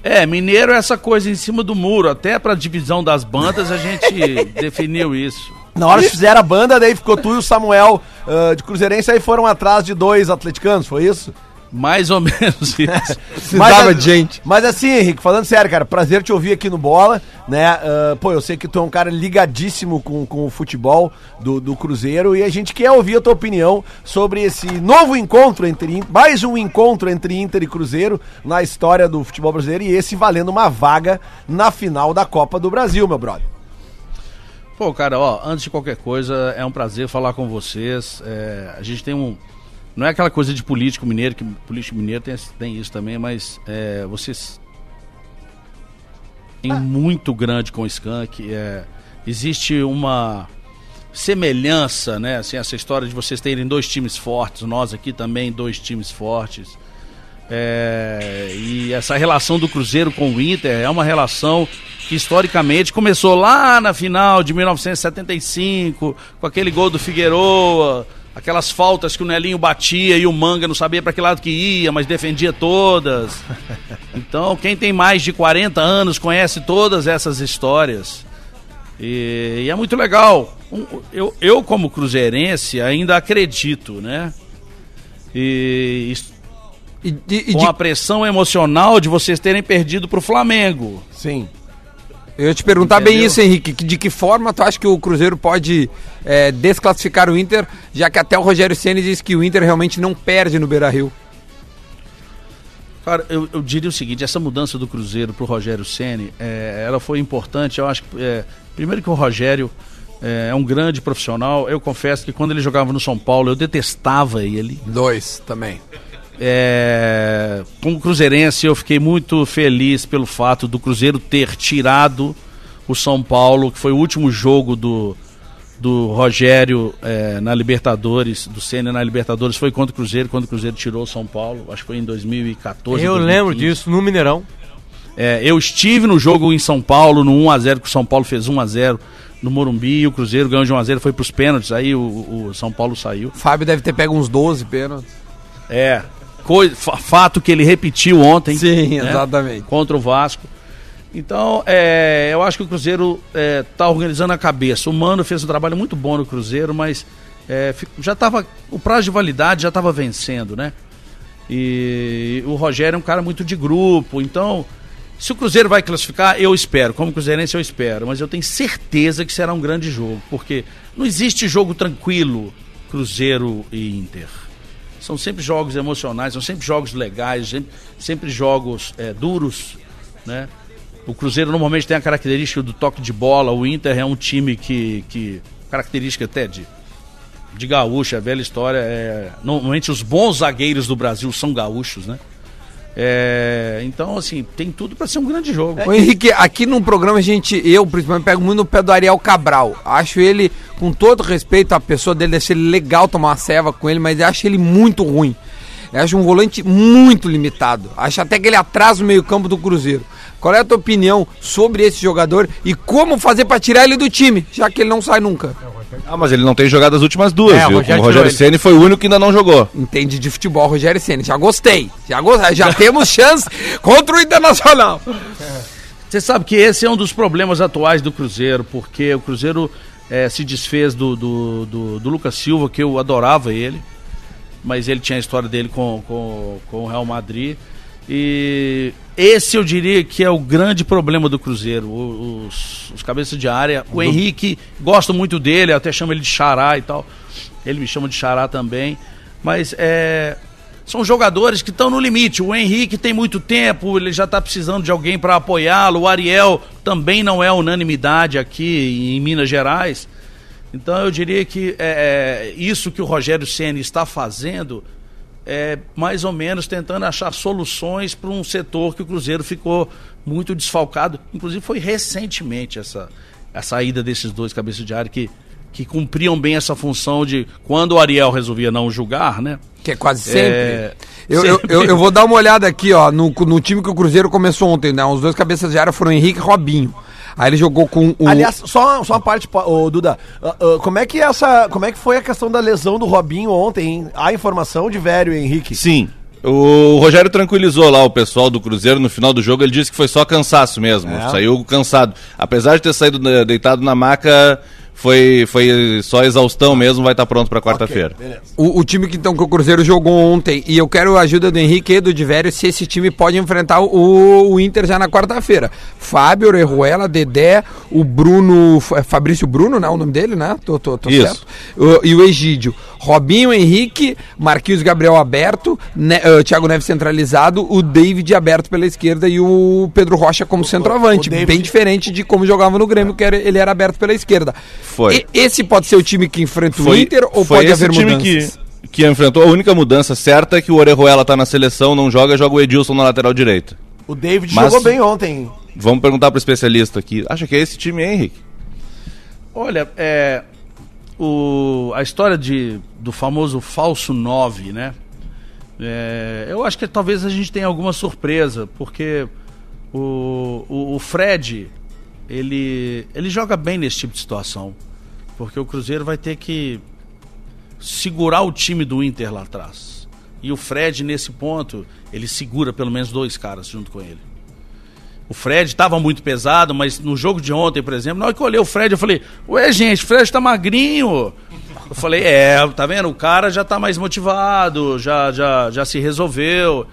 S10: É, mineiro é essa coisa em cima do muro. Até pra divisão das bandas a gente definiu isso.
S3: Na hora que fizeram a banda, daí ficou tu e o Samuel é, de cruzeirense, aí foram atrás de dois atleticanos, foi isso?
S10: Mais ou menos isso.
S2: Precisava de gente.
S3: Mas assim, Henrique, falando sério, cara, prazer te ouvir aqui no Bola, né? Ah, pô, eu sei que tu é um cara ligadíssimo com, com o futebol do, do Cruzeiro e a gente quer ouvir a tua opinião sobre esse novo encontro entre, In- mais um encontro entre Inter e Cruzeiro na história do futebol brasileiro e esse valendo uma vaga na final da Copa do Brasil, meu brother.
S10: Pô, cara, ó, antes de qualquer coisa, é um prazer falar com vocês. É, a gente tem um. Não é aquela coisa de político mineiro, que político mineiro tem, esse- tem isso também, mas é, vocês. Tem muito grande com o Skank. é, existe uma semelhança, né? Assim, essa história de vocês terem dois times fortes, nós aqui também, dois times fortes. É, e essa relação do Cruzeiro com o Inter é uma relação que historicamente começou lá na final de 1975, com aquele gol do Figueroa, aquelas faltas que o Nelinho batia e o Manga não sabia para que lado que ia, mas defendia todas. Então, quem tem mais de 40 anos conhece todas essas histórias. E, e é muito legal. Um- Eu, eu, como cruzeirense, ainda acredito, né? E isso-
S2: E, e- e
S10: com
S2: de-
S10: a pressão emocional de vocês terem perdido pro Flamengo.
S3: Sim.
S2: eu ia te perguntar bem
S10: Entendeu?
S2: isso, Henrique. que- De que forma tu acha que o Cruzeiro pode é, desclassificar o Inter, já que até o Rogério Ceni diz que o Inter realmente não perde no Beira Rio?
S10: Cara, eu, eu diria o seguinte, essa mudança do Cruzeiro pro Rogério Ceni, é, ela foi importante, eu acho que é, primeiro que o Rogério é, é um grande profissional, eu confesso que quando ele jogava no São Paulo, eu detestava ele.
S2: Dois também.
S10: É, como cruzeirense, eu fiquei muito feliz pelo fato do Cruzeiro ter tirado o São Paulo, que foi o último jogo do, do Rogério é, na Libertadores, do Senna na Libertadores, foi contra o Cruzeiro, quando o Cruzeiro tirou o São Paulo, acho que foi em 2014.
S5: Eu lembro
S10: 2015.
S5: disso no Mineirão.
S10: É, eu estive no jogo em São Paulo, no 1x0, que o São Paulo fez 1x0 no Morumbi, e o Cruzeiro ganhou de 1x0, foi pros pênaltis, aí o- o São Paulo saiu.
S2: O Fábio deve ter pego uns 12 pênaltis.
S10: É. Coi- fa- fato que ele repetiu ontem. né,
S2: Sim, exatamente.
S10: Contra o Vasco. Então, é, eu acho que o Cruzeiro está organizando a cabeça. O Mano fez um trabalho muito bom no Cruzeiro, mas é, fi- já tava, o prazo de validade já estava vencendo, né? E o Rogério é um cara muito de grupo. Então, se o Cruzeiro vai classificar, eu espero. Como cruzeirense, eu espero. Mas eu tenho certeza que será um grande jogo. Porque não existe jogo tranquilo Cruzeiro e Inter. São sempre jogos emocionais, são sempre jogos legais, sempre, sempre jogos é, duros, né? O Cruzeiro normalmente tem a característica do toque de bola. O Inter é um time que... que característica até de de gaúcho, a velha história. É, normalmente os bons zagueiros do Brasil são gaúchos, né? É, então, assim, tem tudo pra ser um grande jogo.
S2: Ô Henrique, aqui num programa a gente, eu principalmente pego muito no pé do Ariel Cabral. Acho ele, com todo respeito à pessoa dele, acho ele legal tomar uma ceva com ele, mas eu acho ele muito ruim. Eu acho um volante muito limitado. Acho até que ele atrasa o meio-campo do Cruzeiro. Qual é a tua opinião sobre esse jogador e como fazer pra tirar ele do time, já que ele não sai nunca?
S4: Ah, mas ele não tem jogado as últimas duas,
S5: É, o
S4: viu?
S5: Rogério
S4: o Rogério
S5: tirou
S4: Ceni foi o único que ainda não jogou.
S2: Entende de futebol, Rogério Ceni. Já gostei. Já gostei. Já temos chance contra o Internacional.
S10: Você sabe que esse é um dos problemas atuais do Cruzeiro, porque o Cruzeiro eh, se desfez do, do, do, do Lucas Silva, que eu adorava ele, mas ele tinha a história dele com, com, com o Real Madrid. E esse eu diria que é o grande problema do Cruzeiro, o- os, os cabeças de área. O Henrique, gosto muito dele, eu até chamo ele de Xará e tal. Ele me chama de Xará também. Mas é, são jogadores que estão no limite. O Henrique tem muito tempo, ele já está precisando de alguém para apoiá-lo. O Ariel também não é unanimidade aqui em Minas Gerais. Então eu diria que é, é, isso que o Rogério Ceni está fazendo é mais ou menos tentando achar soluções para um setor que o Cruzeiro ficou muito desfalcado. Inclusive foi recentemente essa a saída desses dois cabeças de área que, que cumpriam bem essa função de quando o Ariel resolvia não julgar, né?
S2: Que é quase sempre.
S10: É,
S2: Eu, eu-
S10: sempre.
S2: Eu, eu vou dar uma olhada aqui, ó, no, no time que o Cruzeiro começou ontem, né? Os dois cabeças de área foram Henrique e Robinho. Aí ele jogou com o.
S3: Aliás, só, só uma parte, pa- ô, Duda. Ah, ah, como é que essa, como é que foi a questão da lesão do Robinho ontem? hein? Há informação de velho, Henrique?
S4: Sim. O Rogério tranquilizou lá o pessoal do Cruzeiro no final do jogo. Ele disse que foi só cansaço mesmo. Saiu cansado. Apesar de ter saído né, na- deitado na maca foi, foi só exaustão mesmo, vai estar pronto pra quarta-feira.
S2: O, o time que, então, que o Cruzeiro jogou ontem, e eu quero a ajuda do Henrique e do Diverio se esse time pode enfrentar o, o Inter já na quarta-feira. Fábio, Orejuela, Dedé, o Bruno, F- Fabrício Bruno, né? O nome dele, né? Tô, tô, tô
S4: Isso.
S2: certo. O- e o Egídio. Robinho, Henrique, Marquinhos Gabriel aberto, né, eh, Thiago Neves centralizado, o David aberto pela esquerda e o Pedro Rocha como centroavante.
S3: o David-
S2: Bem diferente de como jogava no Grêmio, que era- ele era aberto pela esquerda.
S4: Foi.
S2: E- esse pode ser o time que enfrenta o Inter ou
S4: foi
S2: pode
S4: esse
S2: haver
S4: time
S2: mudanças?
S4: que, que enfrentou. A única mudança certa é que o Orejuela tá na seleção, não joga, joga o Edilson na lateral direita.
S3: O David
S4: Mas-
S3: jogou bem ontem.
S4: Vamos perguntar pro especialista aqui. Acha que é esse time, hein, Henrique?
S10: Olha, é, o, a história de, do famoso falso 9, né? É, eu acho que talvez a gente tenha alguma surpresa, porque o, o, o Fred, ele, ele joga bem nesse tipo de situação. Porque o Cruzeiro vai ter que segurar o time do Inter lá atrás. E o Fred, nesse ponto, ele segura pelo menos dois caras junto com ele. O Fred estava muito pesado, mas no jogo de ontem, por exemplo, na hora que eu olhei o Fred, eu falei, ué, gente, o Fred tá magrinho. Eu falei, é, tá vendo? O cara já tá mais motivado, já, já, já se resolveu.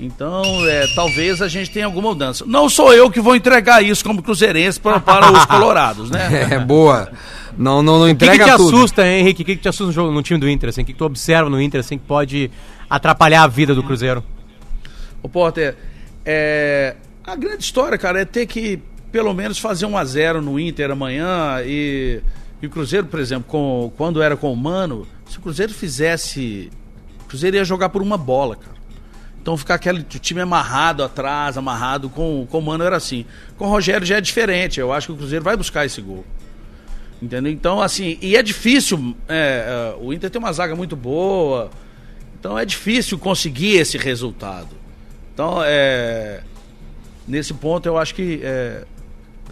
S10: Então, é, talvez a gente tenha alguma mudança. Não sou eu que vou entregar isso como cruzeirense pra- para os colorados, né?
S2: É, boa. Não, não, não
S5: O que, que
S2: entrega
S5: te
S2: tudo.
S5: assusta, hein, Henrique? O que, que te assusta no, jogo, no time do Inter, assim? O que, que tu observa no Inter, assim, que pode atrapalhar a vida do Cruzeiro?
S10: Ô, Porter, é, a grande história, cara, é ter que pelo menos fazer um a zero no Inter amanhã e, e o Cruzeiro, por exemplo, com- quando era com o Mano, se o Cruzeiro fizesse. O Cruzeiro ia jogar por uma bola, cara. Então ficar aquele o time amarrado atrás, amarrado com, com o Mano era assim. Com o Rogério já é diferente. Eu acho que o Cruzeiro vai buscar esse gol. Entendeu? Então, assim, e é difícil. é, é, o Inter tem uma zaga muito boa. Então é difícil conseguir esse resultado. Então, é, nesse ponto, eu acho que é,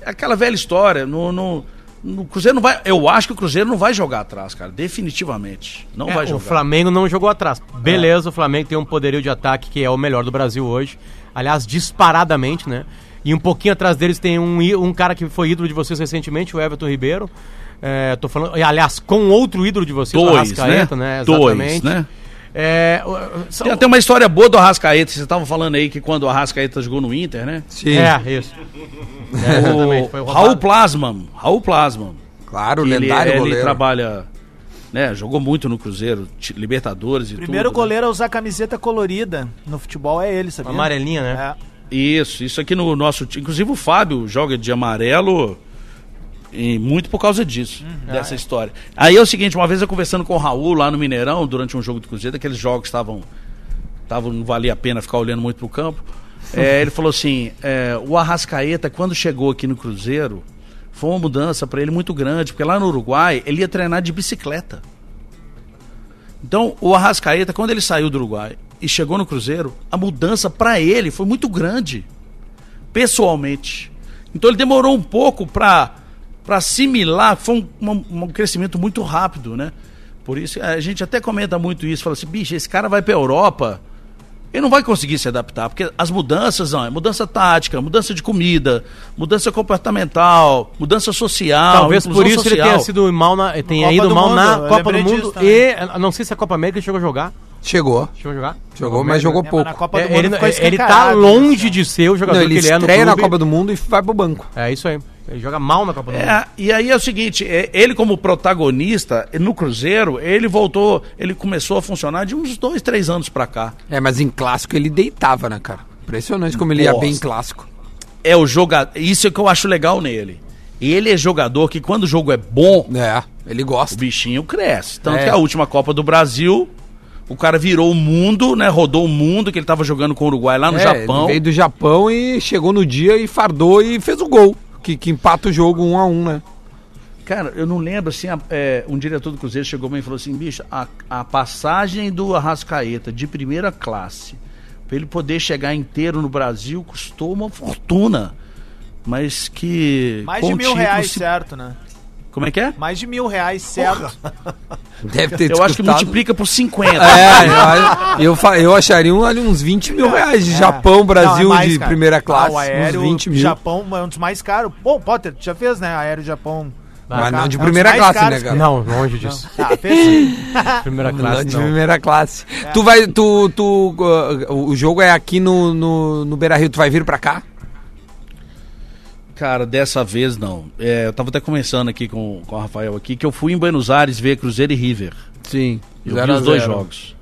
S10: é aquela velha história. No, no, no- o Cruzeiro não vai. Eu acho que o Cruzeiro não vai jogar atrás, cara. Definitivamente. Não
S5: É,
S10: vai
S5: o
S10: jogar. É.
S5: Flamengo não jogou atrás. Beleza, o Flamengo tem um poderio de ataque que é o melhor do Brasil hoje. Aliás, disparadamente, né? E um pouquinho atrás deles tem um, í- um cara que foi ídolo de vocês recentemente, o Everton Ribeiro. É, tô falando, e, aliás, com outro ídolo de vocês, o
S10: Dois, né?
S5: Arrascaeta, né?
S10: Dois, né?
S5: É, o- o- são-
S10: Tem até uma história boa do Arrascaeta. Vocês estavam falando aí que quando o Arrascaeta jogou no Inter, né?
S2: Sim,
S5: É, isso. É, exatamente, foi
S10: o
S5: roubado.
S10: Raul Plasman. Raul Plasman.
S2: claro,
S10: que ele, é,
S2: lendário
S10: ele
S2: goleiro.
S10: trabalha, né? Jogou muito no Cruzeiro, ti- Libertadores e
S6: Primeiro
S10: tudo. né?
S6: goleiro a usar camiseta colorida no futebol é ele, sabia?
S5: Amarelinha, né?
S2: Um
S6: É.
S10: Isso, isso aqui no nosso time. Inclusive o Fábio joga de amarelo e muito por causa disso,
S6: Uhum. Ah,
S10: dessa história. Aí é o seguinte, uma vez eu conversando com o Raul lá no Mineirão, durante um jogo do Cruzeiro, aqueles jogos que estavam. estavam não valia a pena ficar olhando muito pro campo. é, ele falou assim: é, o Arrascaeta, quando chegou aqui no Cruzeiro, foi uma mudança para ele muito grande, porque lá no Uruguai ele ia treinar de bicicleta. Então, o Arrascaeta, quando ele saiu do Uruguai e chegou no Cruzeiro, a mudança para ele foi muito grande, pessoalmente. Então, ele demorou um pouco para assimilar, foi um, uma- um crescimento muito rápido, né? Por isso, a gente até comenta muito isso, fala assim, bicho, esse cara vai para Europa, ele não vai conseguir se adaptar, porque as mudanças, não, é mudança tática, mudança de comida, mudança comportamental, mudança social,
S5: Talvez por
S10: inclusão
S5: isso ele
S10: social.
S5: tenha sido mal na, tenha
S6: Copa
S5: ido
S6: do
S5: mal
S6: Mundo,
S5: na
S6: eu
S5: Copa do
S6: lembrei disso
S5: Mundo
S6: também.
S5: e eu não sei se a Copa América ele chegou a jogar.
S2: Chegou.
S5: Chegou a jogar?
S2: Jogou, mas jogou
S6: É, mas
S2: pouco.
S6: na Copa do
S5: É,
S6: Mundo
S5: ele,
S6: ficou
S5: ele tá
S6: escancarado,
S5: longe
S6: assim.
S5: de ser o jogador
S2: Não, ele
S5: que ele é no
S2: estreia na
S5: clube.
S2: Copa do Mundo e vai pro banco.
S5: É isso aí. Ele joga mal na Copa do Mundo.
S10: É, e aí é o seguinte, é, ele como protagonista no Cruzeiro, ele voltou, ele começou a funcionar de uns dois, três anos pra cá.
S2: É, mas em clássico ele deitava, né, cara? Impressionante como ele ia bem em clássico.
S10: É o jogador, isso é que eu acho legal nele. Ele é jogador que quando o jogo é bom,
S2: É, ele
S10: o
S2: gosta.
S10: bichinho cresce. Tanto
S2: É.
S10: que a última Copa do Brasil, o cara virou o mundo, né? Rodou o mundo, que ele tava jogando com o Uruguai lá no
S2: É,
S10: Japão.
S2: Ele veio do Japão e chegou no dia e fardou e fez o gol. Que, que empata o jogo um a um, né?
S10: Cara, eu não lembro assim. a- é, um diretor do Cruzeiro chegou pra mim e falou assim: bicho, a, a passagem do Arrascaeta de primeira classe, pra ele poder chegar inteiro no Brasil, custou uma fortuna. Mas que.
S6: Mais
S10: com
S6: de
S10: o
S6: mil
S10: título
S6: reais,
S10: se-
S6: certo, né?
S10: Como é que é?
S6: Mais de mil reais, certo. É.
S2: Deve ter
S10: Eu acho que
S2: descontado.
S10: multiplica por 50.
S2: É, eu, acho- eu, fa- eu acharia um- ali uns 20 mil reais de Japão, Brasil
S6: Não, é mais,
S2: de
S6: cara.
S2: primeira
S6: Ah,
S2: classe.
S6: o aéreo
S2: uns 20 mil.
S6: Japão é um dos mais caros. Bom, Potter, tu já fez, né? Aéreo Japão
S2: Mas não de primeira
S6: mais
S2: classe,
S6: caros
S2: né,
S6: que-
S2: cara?
S5: Não, longe disso.
S6: Ah, pensa.
S5: Primeira
S2: Não,
S5: classe,
S2: de
S5: não.
S2: primeira classe. Tu vai, tu, tu, uh, o jogo é aqui no, no, no Beira Rio, tu vai vir pra cá?
S10: Cara, dessa vez não. É, eu tava até conversando aqui com, com o Rafael aqui, que eu fui em Buenos Aires ver Cruzeiro e River.
S2: Sim.
S10: Eu vi os dois jogos.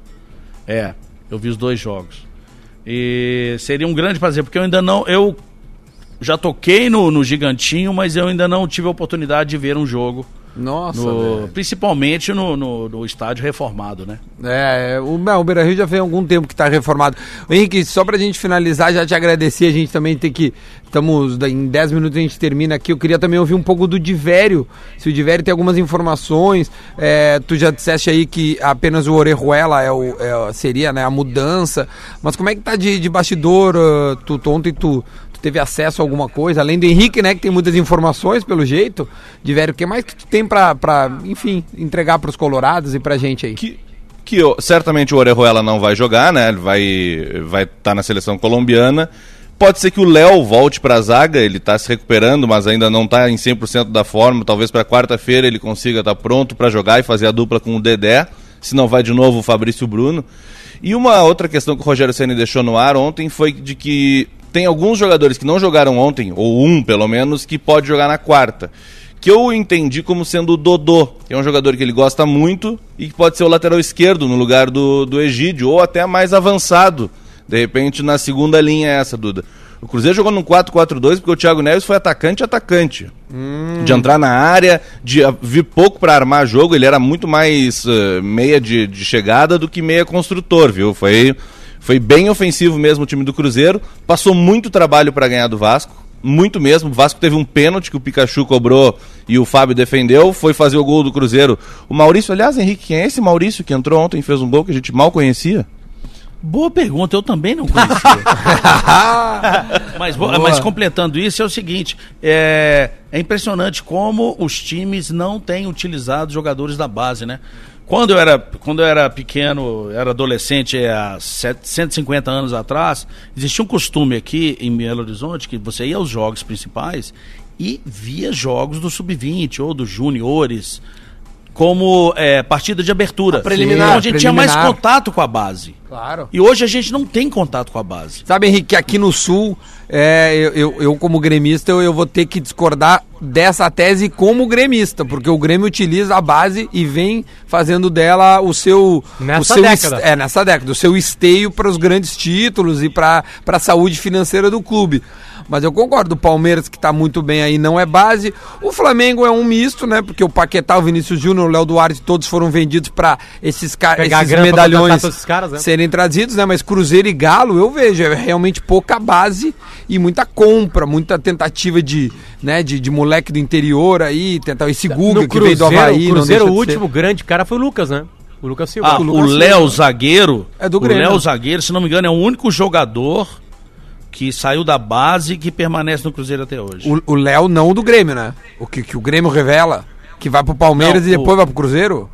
S10: É, eu vi os dois jogos. E seria um grande prazer, porque eu ainda não. Eu já toquei no, no Gigantinho, mas eu ainda não tive a oportunidade de ver um jogo.
S2: Nossa,
S10: no-
S2: velho.
S10: principalmente no, no, no estádio reformado, né?
S2: É, o, não, o Beira Rio já fez algum tempo que tá reformado. Henrique, só pra gente finalizar, já te agradecer, a gente também tem que. Estamos em 10 minutos a gente termina aqui. Eu queria também ouvir um pouco do Divério. Se o Divério tem algumas informações, é, tu já disseste aí que apenas o Orejuela é o, é o- seria né, a mudança. Mas como é que tá de, de bastidor? ah, Tu, tu- ontem tu, tu teve acesso a alguma coisa, além do Henrique, né, que tem muitas informações, pelo jeito. Divério, o que mais que tu tem pra, pra enfim, entregar pros colorados e pra gente aí?
S4: Que, que eu- certamente o Orejuela não vai jogar, né? Ele vai estar vai tá na seleção colombiana. Pode ser que o Léo volte para a zaga, ele está se recuperando, mas ainda não está em 100% da forma. Talvez para quarta-feira ele consiga estar pronto para jogar e fazer a dupla com o Dedé. Se não vai de novo o Fabrício Bruno. E uma outra questão que o Rogério Ceni deixou no ar ontem foi de que tem alguns jogadores que não jogaram ontem, ou um pelo menos, que pode jogar na quarta que eu entendi como sendo o Dodô, que é um jogador que ele gosta muito e que pode ser o lateral esquerdo no lugar do, do Egídio, ou até mais avançado, de repente na segunda linha é essa, Duda. O Cruzeiro jogou num 4-4-2 porque o Thiago Neves foi atacante atacante. De entrar na área, de ah, vir pouco para armar jogo, ele era muito mais eh, meia de, de chegada do que meia construtor, viu? Foi, foi bem ofensivo mesmo o time do Cruzeiro, passou muito trabalho para ganhar do Vasco, muito mesmo. O Vasco teve um pênalti que o Pikachu cobrou e o Fábio defendeu. Foi fazer o gol do Cruzeiro. O Maurício, aliás, Henrique, quem é esse Maurício que entrou ontem e fez um gol que a gente mal conhecia?
S10: Boa pergunta, eu também não conhecia. mas, bo-
S2: Boa.
S10: mas completando isso, é o seguinte: é, é impressionante como os times não têm utilizado jogadores da base, né? Quando eu era, quando eu era pequeno, era adolescente, é, há set- 150 anos atrás, existia um costume aqui em Belo Horizonte que você ia aos jogos principais e via jogos do sub-20 ou dos juniores como é, partida de abertura.
S2: preliminar,
S10: Então a gente tinha mais
S2: preliminar.
S10: contato com a base.
S2: Claro.
S10: E hoje a gente não tem contato com a base.
S2: Sabe, Henrique, que aqui no Sul, é, eu, eu, eu como gremista, eu, eu vou ter que discordar dessa tese como gremista, porque o Grêmio utiliza a base e vem fazendo dela o seu... o
S5: Nessa
S2: seu
S5: década.
S2: es- é, nessa década. O seu esteio para os grandes títulos e para a saúde financeira do clube. Mas eu concordo, o Palmeiras que tá muito bem aí não é base. O Flamengo é um misto, né? Porque o Paquetá, o Vinícius Júnior, o Léo Duarte, todos foram vendidos para esses, ca-
S5: Pegar a
S2: esses
S5: grana pra contratar
S2: medalhões
S5: todos esses caras, né?
S2: serem trazidos, né? Mas Cruzeiro e Galo, eu vejo, é realmente pouca base e muita compra, muita tentativa de, né, de, de moleque do interior aí, tentar esse Guga
S5: No
S2: que veio do Havaí.
S5: o
S2: não
S5: Cruzeiro,
S2: deixa
S5: o
S2: de ser.
S5: último grande cara foi o Lucas, né? O Lucas Silva.
S10: Ah, o Léo Zagueiro.
S2: É do Grêmio.
S10: O Léo Zagueiro, se não me engano, é o único jogador que saiu da base e que permanece no Cruzeiro até hoje.
S2: O- O Léo não do Grêmio, né? O que, que o Grêmio revela, que vai pro Palmeiras
S10: Não,
S2: e depois
S10: o-
S2: vai pro Cruzeiro.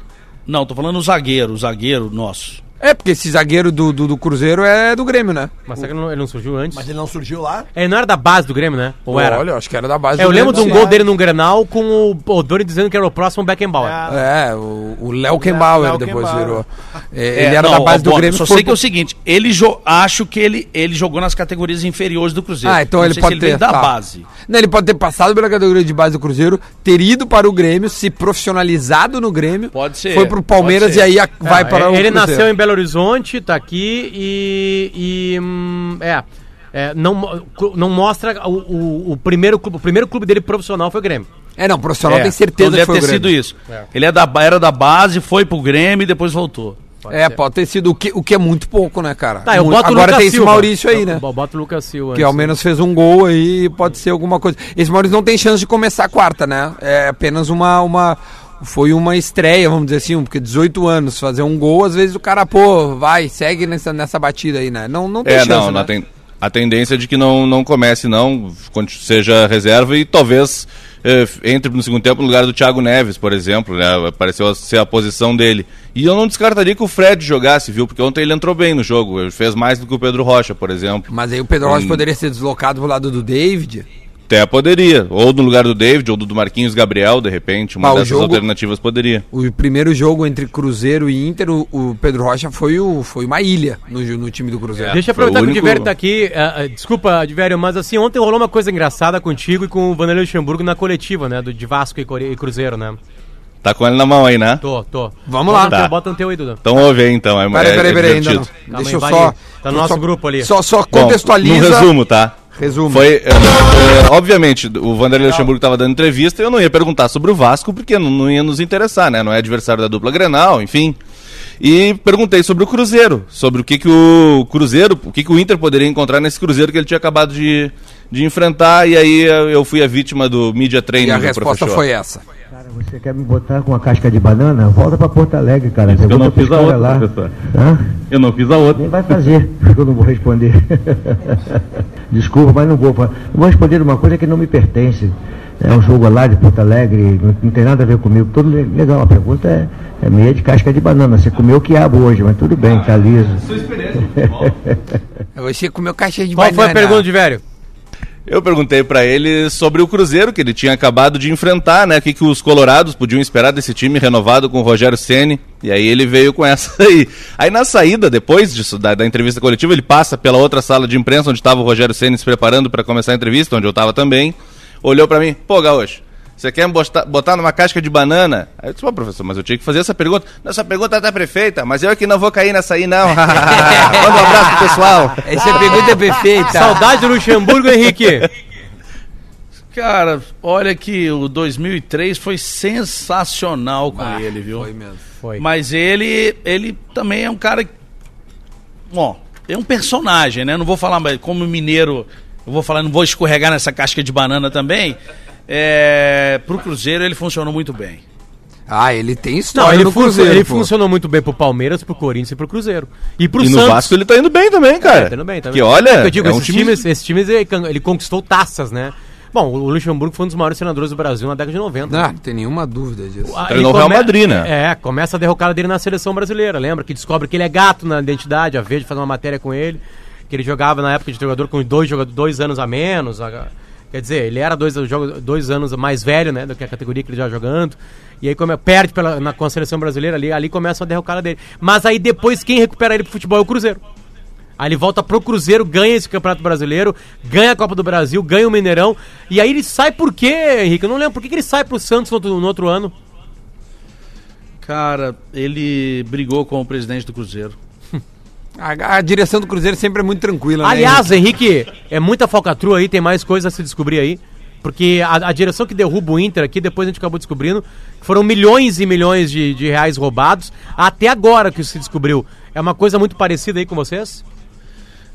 S10: Não, tô falando o zagueiro, o zagueiro nosso.
S2: É, porque esse zagueiro do, do, do Cruzeiro é do Grêmio, né?
S5: Mas será que ele não, ele não surgiu antes? É,
S3: Mas ele não surgiu lá?
S5: Ele não era da base do Grêmio, né? Ou era?
S2: Olha, assim. eu acho que era da base
S5: É, eu lembro de um
S2: Grêmio,
S5: gol
S2: sim.
S5: dele num Grenal com o Odoni dizendo que era o próximo Beckenbauer.
S6: Ah,
S2: É, o o Léo Kembauer
S6: Léo
S2: depois
S6: Kembauer.
S2: virou. É,
S10: É,
S2: ele era
S10: não,
S2: da base
S10: ó,
S2: do
S10: bom,
S2: Grêmio.
S10: Só
S2: foi
S10: sei que é
S2: pro-
S10: o seguinte, ele jo- acho que ele, ele jogou nas categorias inferiores do Cruzeiro.
S2: Ah, então
S10: Não
S2: ele
S10: sei se
S2: pode ter.
S10: veio da
S2: tá.
S10: base.
S2: Não, ele pode ter passado pela categoria de base do Cruzeiro, ter ido para o Grêmio, se profissionalizado no Grêmio.
S10: Pode ser,
S2: Foi pro
S10: pode
S2: Palmeiras
S10: ser.
S2: e aí a- vai
S5: É,
S2: para o
S5: ele
S2: Cruzeiro.
S5: nasceu em Belo Horizonte, tá aqui e. e, hum, é. é, não, mo- clu- não mostra o, o- o primeiro clube. O primeiro clube dele profissional foi o Grêmio.
S2: É, não, o profissional
S10: É,
S2: tem certeza
S10: então
S2: que
S10: deve
S2: foi o
S10: ter
S2: Grêmio.
S10: sido isso. Ele é da, ba- era da base, foi pro Grêmio e depois voltou.
S2: é, pode ter sido, o que, o que é muito pouco, né, cara?
S5: Tá, eu
S2: muito,
S5: boto o
S2: agora
S5: Lucas
S2: tem esse
S5: Silva.
S2: Maurício
S10: Tá,
S2: aí,
S5: Eu
S2: né?
S5: bo- boto o Lucas Silva.
S2: Que ao
S5: antes.
S2: menos fez um gol aí e pode ser alguma coisa. Esse Maurício não tem chance de começar a quarta, né? É apenas uma. uma foi uma estreia, vamos dizer assim, porque 18 anos, fazer um gol, às vezes o cara, pô, vai, segue nessa, nessa batida aí, né? Não, não tem
S4: É,
S2: chance.
S4: não,
S2: né?
S4: na ten- a tendência é de que não, não comece, não, quando seja reserva e talvez eh, entre no segundo tempo no lugar do Thiago Neves, por exemplo, né? Pareceu ser a posição dele. E eu não descartaria que o Fred jogasse, viu? Porque ontem ele entrou bem no jogo, ele fez mais do que o Pedro Rocha, por exemplo.
S2: Mas aí o Pedro Rocha
S4: Hum.
S2: poderia ser deslocado pro lado do David.
S4: Até poderia. Ou no lugar do David, ou do Marquinhos Gabriel, de repente. Uma
S2: Mas o
S4: dessas
S2: jogo-
S4: alternativas poderia.
S2: O primeiro jogo entre Cruzeiro e Inter, o, o Pedro Rocha foi, o, foi uma ilha no, ju- no time do Cruzeiro.
S5: Deixa eu
S4: Foi o
S5: aproveitar que o
S4: único-
S5: Diverio tá aqui. ah, ah, desculpa, Diverio, mas assim, ontem rolou uma coisa engraçada contigo e com o Vanderlei Luxemburgo na coletiva, né? Do, de Vasco e, Core- e Cruzeiro, né?
S4: Tá com ele na mão aí, né?
S5: Tô, tô.
S2: Vamos lá.
S5: Bota no
S4: Tá.
S5: teu- Bota no teu aí, Duda.
S4: Então ouve aí, então. É,
S2: Peraí,
S4: é-
S2: peraí,
S4: é
S2: peraí, ainda não.
S4: divertido.
S5: Calma
S2: Deixa eu
S5: aí,
S2: só.
S5: vai- tá no nosso
S2: só-
S5: grupo ali.
S2: Só, só
S4: Bom,
S2: contextualiza.
S4: No resumo, tá?
S2: Resumo.
S4: Foi, é, é, obviamente, o Vanderlei Luxemburgo estava dando entrevista e eu não ia perguntar sobre o Vasco, porque não, não ia nos interessar, né? Não é adversário da dupla Grenal, enfim. E perguntei sobre o Cruzeiro, sobre o que, que o Cruzeiro, o que, que o Inter poderia encontrar nesse Cruzeiro que ele tinha acabado de, de enfrentar, e aí eu eu fui a vítima do media training
S2: E a
S4: do
S2: resposta
S4: professor.
S2: foi essa.
S11: Cara, você quer me botar com uma casca de banana? Volta pra Porto Alegre, cara. Pergunta
S9: não
S11: pros
S9: fiz a
S11: caras
S9: outra,
S11: lá.
S9: professor.
S11: Hã?
S9: Eu não fiz a outra.
S11: Nem vai fazer, porque eu não vou responder. Desculpa, mas não vou. fa- Vou responder uma coisa que não me pertence. É um jogo lá de Porto Alegre, não, não tem nada a ver comigo. Tudo le- legal, a pergunta é, é meia de casca de banana. Você comeu quiabo hoje, mas tudo bem, tá liso.
S2: É, Você comeu caixa de
S5: Qual
S2: banana.
S5: foi a pergunta, Diverio?
S4: Eu perguntei pra ele sobre o Cruzeiro que ele tinha acabado de enfrentar, né? O que, que os colorados podiam esperar desse time renovado com o Rogério Ceni? E aí ele veio com essa aí. Aí na saída, depois disso, da, da entrevista coletiva, ele passa pela outra sala de imprensa onde estava o Rogério Ceni se preparando pra começar a entrevista, onde eu tava também. Olhou pra mim, pô, Gaúcho, você quer me botar, botar numa casca de banana? Aí eu disse, pô, professor, mas eu tinha que fazer essa pergunta. Não, Essa pergunta tá prefeita, mas eu que não vou cair nessa aí, não. Manda um abraço pro pessoal.
S2: Essa pergunta é perfeita.
S5: Saudade do Luxemburgo, Henrique.
S10: Cara, olha que o 2003 foi sensacional com ele, viu?
S2: Foi mesmo.
S5: Foi.
S10: Mas ele, ele também é um cara. que- Ó, é um personagem, né? Não vou falar, mas como mineiro, eu vou falar, não vou escorregar nessa casca de banana também. É, pro Cruzeiro ele funcionou muito bem.
S2: Ah, ele tem história
S5: Não, ele,
S2: no
S5: funcio-
S2: Cruzeiro.
S5: ele
S2: pô.
S5: funcionou muito bem pro Palmeiras, pro Corinthians e pro Cruzeiro. E pro
S4: E
S5: Santos.
S4: no Vasco ele tá indo bem também, cara.
S5: Tá indo bem, tá
S4: Que
S5: bem.
S4: olha,
S5: É que eu digo,
S4: é um
S5: esses,
S4: time...
S5: times, esses times ele, can- ele conquistou taças, né? Bom, o Luxemburgo foi um dos maiores treinadores do Brasil na década de 90.
S2: Não, não tem nenhuma dúvida disso.
S5: Ah,
S4: Treinou
S5: ele
S4: o Real Madrid, né?
S5: É, começa a derrocada dele na seleção brasileira, lembra? Que descobre que ele é gato na identidade, a Verde faz uma matéria com ele, que ele jogava na época de jogador com dois, jogadores, dois anos a menos. a- Quer dizer, ele era dois, jogo- dois anos mais velho, né, do que a categoria que ele já jogando. E aí come, perde pela, na, com a seleção brasileira ali, ali começa a derrocada dele. Mas aí depois quem recupera ele pro futebol é o Cruzeiro. Aí ele volta pro Cruzeiro, ganha esse Campeonato Brasileiro, ganha a Copa do Brasil, ganha o Mineirão. E aí ele sai por quê, Henrique? Eu não lembro por que, que ele sai pro Santos no outro, no outro ano.
S10: Cara, ele brigou com o presidente do Cruzeiro.
S2: A, a direção do Cruzeiro sempre é muito tranquila, né,
S5: Aliás, Henrique, é muita falcatrua aí, tem mais coisa a se descobrir aí. Porque a, a direção que derruba o Inter aqui, depois a gente acabou descobrindo, que foram milhões e milhões de, de reais roubados, até agora que se descobriu. É uma coisa muito parecida aí com vocês?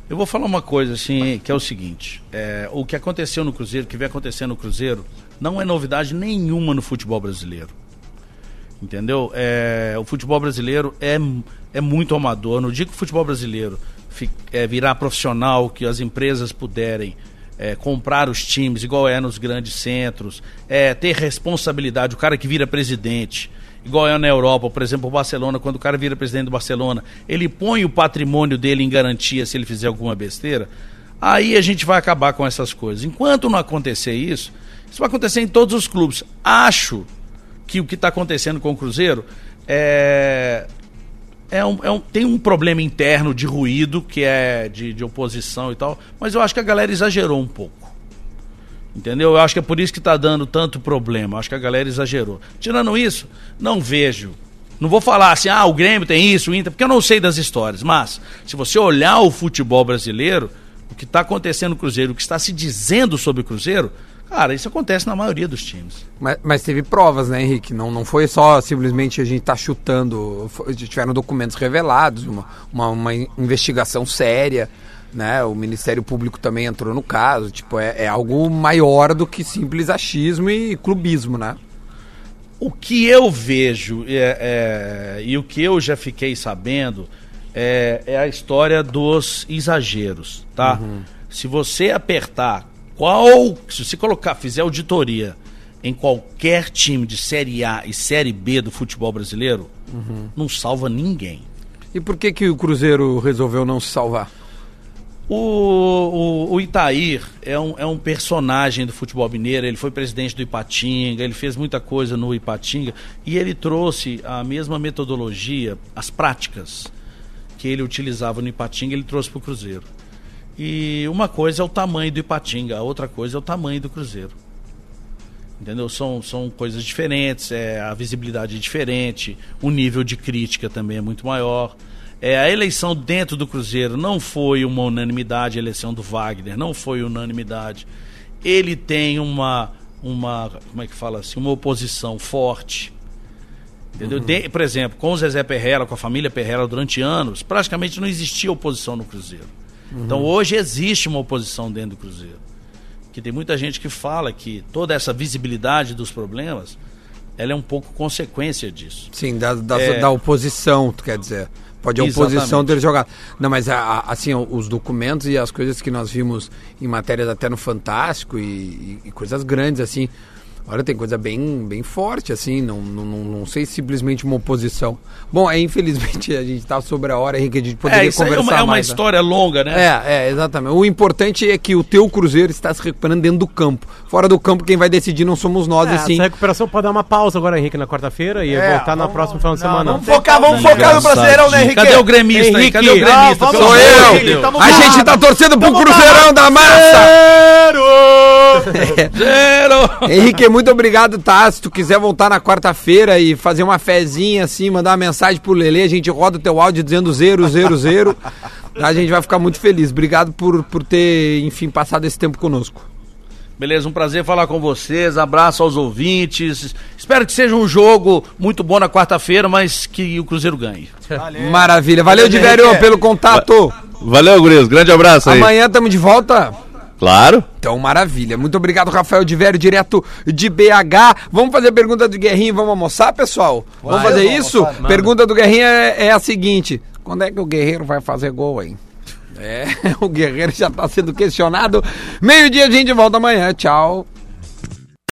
S10: Eu vou falar uma coisa assim, que é o seguinte: é, o que aconteceu no Cruzeiro, o que vem acontecendo no Cruzeiro, não é novidade nenhuma no futebol brasileiro. Entendeu? É, o futebol brasileiro é, é muito amador. No dia que o futebol brasileiro fi- é, virar profissional, que as empresas puderem é, comprar os times, igual é nos grandes centros, é, ter responsabilidade, o cara que vira presidente, igual é na Europa, por exemplo, o Barcelona, quando o cara vira presidente do Barcelona, ele põe o patrimônio dele em garantia se ele fizer alguma besteira, aí a gente vai acabar com essas coisas. Enquanto não acontecer isso, isso vai acontecer em todos os clubes. Acho que o que está acontecendo com o Cruzeiro é, é um- é um- tem um problema interno de ruído, que é de, de oposição e tal, mas eu acho que a galera exagerou um pouco. Entendeu? Eu acho que é por isso que está dando tanto problema. Eu acho que a galera exagerou. Tirando isso, não vejo. Não vou falar assim, ah, o Grêmio tem isso, o Inter, porque eu não sei das histórias. Mas, se você olhar o futebol brasileiro, o que está acontecendo no Cruzeiro, o que está se dizendo sobre o Cruzeiro, cara, isso acontece na maioria dos times.
S2: Mas, mas teve provas, né, Henrique? Não, não foi só simplesmente a gente tá chutando. foi- Tiveram documentos revelados, uma, uma, uma in- investigação séria, né? O Ministério Público também entrou no caso. Tipo, é, é algo maior do que simples achismo e clubismo, né?
S10: O que eu vejo é, é, e o que eu já fiquei sabendo é, é a história dos exageros, tá? Se você apertar qual, se você colocar, fizer auditoria em qualquer time de série A e série B do futebol brasileiro, não salva ninguém.
S2: E por que, que o Cruzeiro resolveu não se salvar?
S10: O, o, o Itair é um, é um personagem do futebol mineiro, ele foi presidente do Ipatinga, ele fez muita coisa no Ipatinga e ele trouxe a mesma metodologia, as práticas que ele utilizava no Ipatinga, ele trouxe para o Cruzeiro. E uma coisa é o tamanho do Ipatinga, a outra coisa é o tamanho do Cruzeiro. Entendeu? São, são coisas diferentes, é, a visibilidade é diferente, o nível de crítica também é muito maior. É, a eleição dentro do Cruzeiro não foi uma unanimidade, a eleição do Wagner não foi unanimidade. Ele tem uma, uma como é que fala assim, uma oposição forte. Entendeu? De- por exemplo, com o Zezé Perrela, com a família Perrela durante anos, praticamente não existia oposição no Cruzeiro.
S12: Uhum.
S10: Então hoje existe uma oposição dentro do Cruzeiro. Que tem muita gente que fala que toda essa visibilidade dos problemas, ela é um pouco consequência disso.
S2: Sim, da, da,
S10: É.
S2: da oposição, tu quer dizer. Pode a oposição
S10: Exatamente.
S2: ter jogado. Não, mas a- a- assim, o- os documentos e as coisas que nós vimos em matérias até no Fantástico e, e- e coisas grandes, assim. Olha, tem coisa bem, bem forte, assim, não, não, não, não sei simplesmente uma oposição. Bom, é, infelizmente a gente tá sobre a hora, Henrique, a gente poderia
S10: é, isso aí é
S2: conversar
S10: uma, é uma
S2: mais, né?
S10: história longa, né?
S2: É, é, exatamente. O importante é que o teu Cruzeiro está se recuperando dentro do campo. Fora do campo, quem vai decidir não somos nós,
S5: É,
S2: assim.
S5: Essa recuperação pode dar uma pausa agora, Henrique, na quarta-feira e
S2: É,
S5: voltar tá na próxima final de semana.
S2: vamos focar, vamos focar no Brasileirão, né, Henrique? ah, Cadê o gremista aí? Cadê o gremista? Pelo
S5: Sou
S2: amor de
S5: eu.
S2: Deus.
S5: Tamo
S2: A
S5: junto.
S2: gente tá torcendo pro Cruzeirão da Massa! Zero! Henrique, muito obrigado, tá? Se tu quiser voltar na quarta-feira e fazer uma fezinha assim, mandar uma mensagem pro Lelê, a gente roda o teu áudio dizendo zero, zero, zero. A gente vai ficar muito feliz. Obrigado por, por ter, enfim, passado esse tempo conosco.
S10: Beleza, um prazer falar com vocês. Abraço aos ouvintes. Espero que seja um jogo muito bom na quarta-feira, mas que o Cruzeiro ganhe.
S2: Maravilha. Valeu, Diverio, pelo contato.
S4: Valeu, Guriz. Grande abraço aí.
S2: Amanhã estamos de volta.
S4: Claro.
S2: Então, maravilha. Muito obrigado, Rafael de Vério, direto de BH. Vamos fazer a pergunta do Guerrinho, vamos almoçar, pessoal? Vamos
S3: Vai,
S2: fazer
S3: eu vou
S2: isso?
S3: almoçar. Manda.
S2: Pergunta do Guerrinho é, é a seguinte: quando é que o Guerreiro vai fazer gol, hein? É, o Guerreiro já tá sendo questionado. Meio-dia, a gente volta amanhã. Tchau.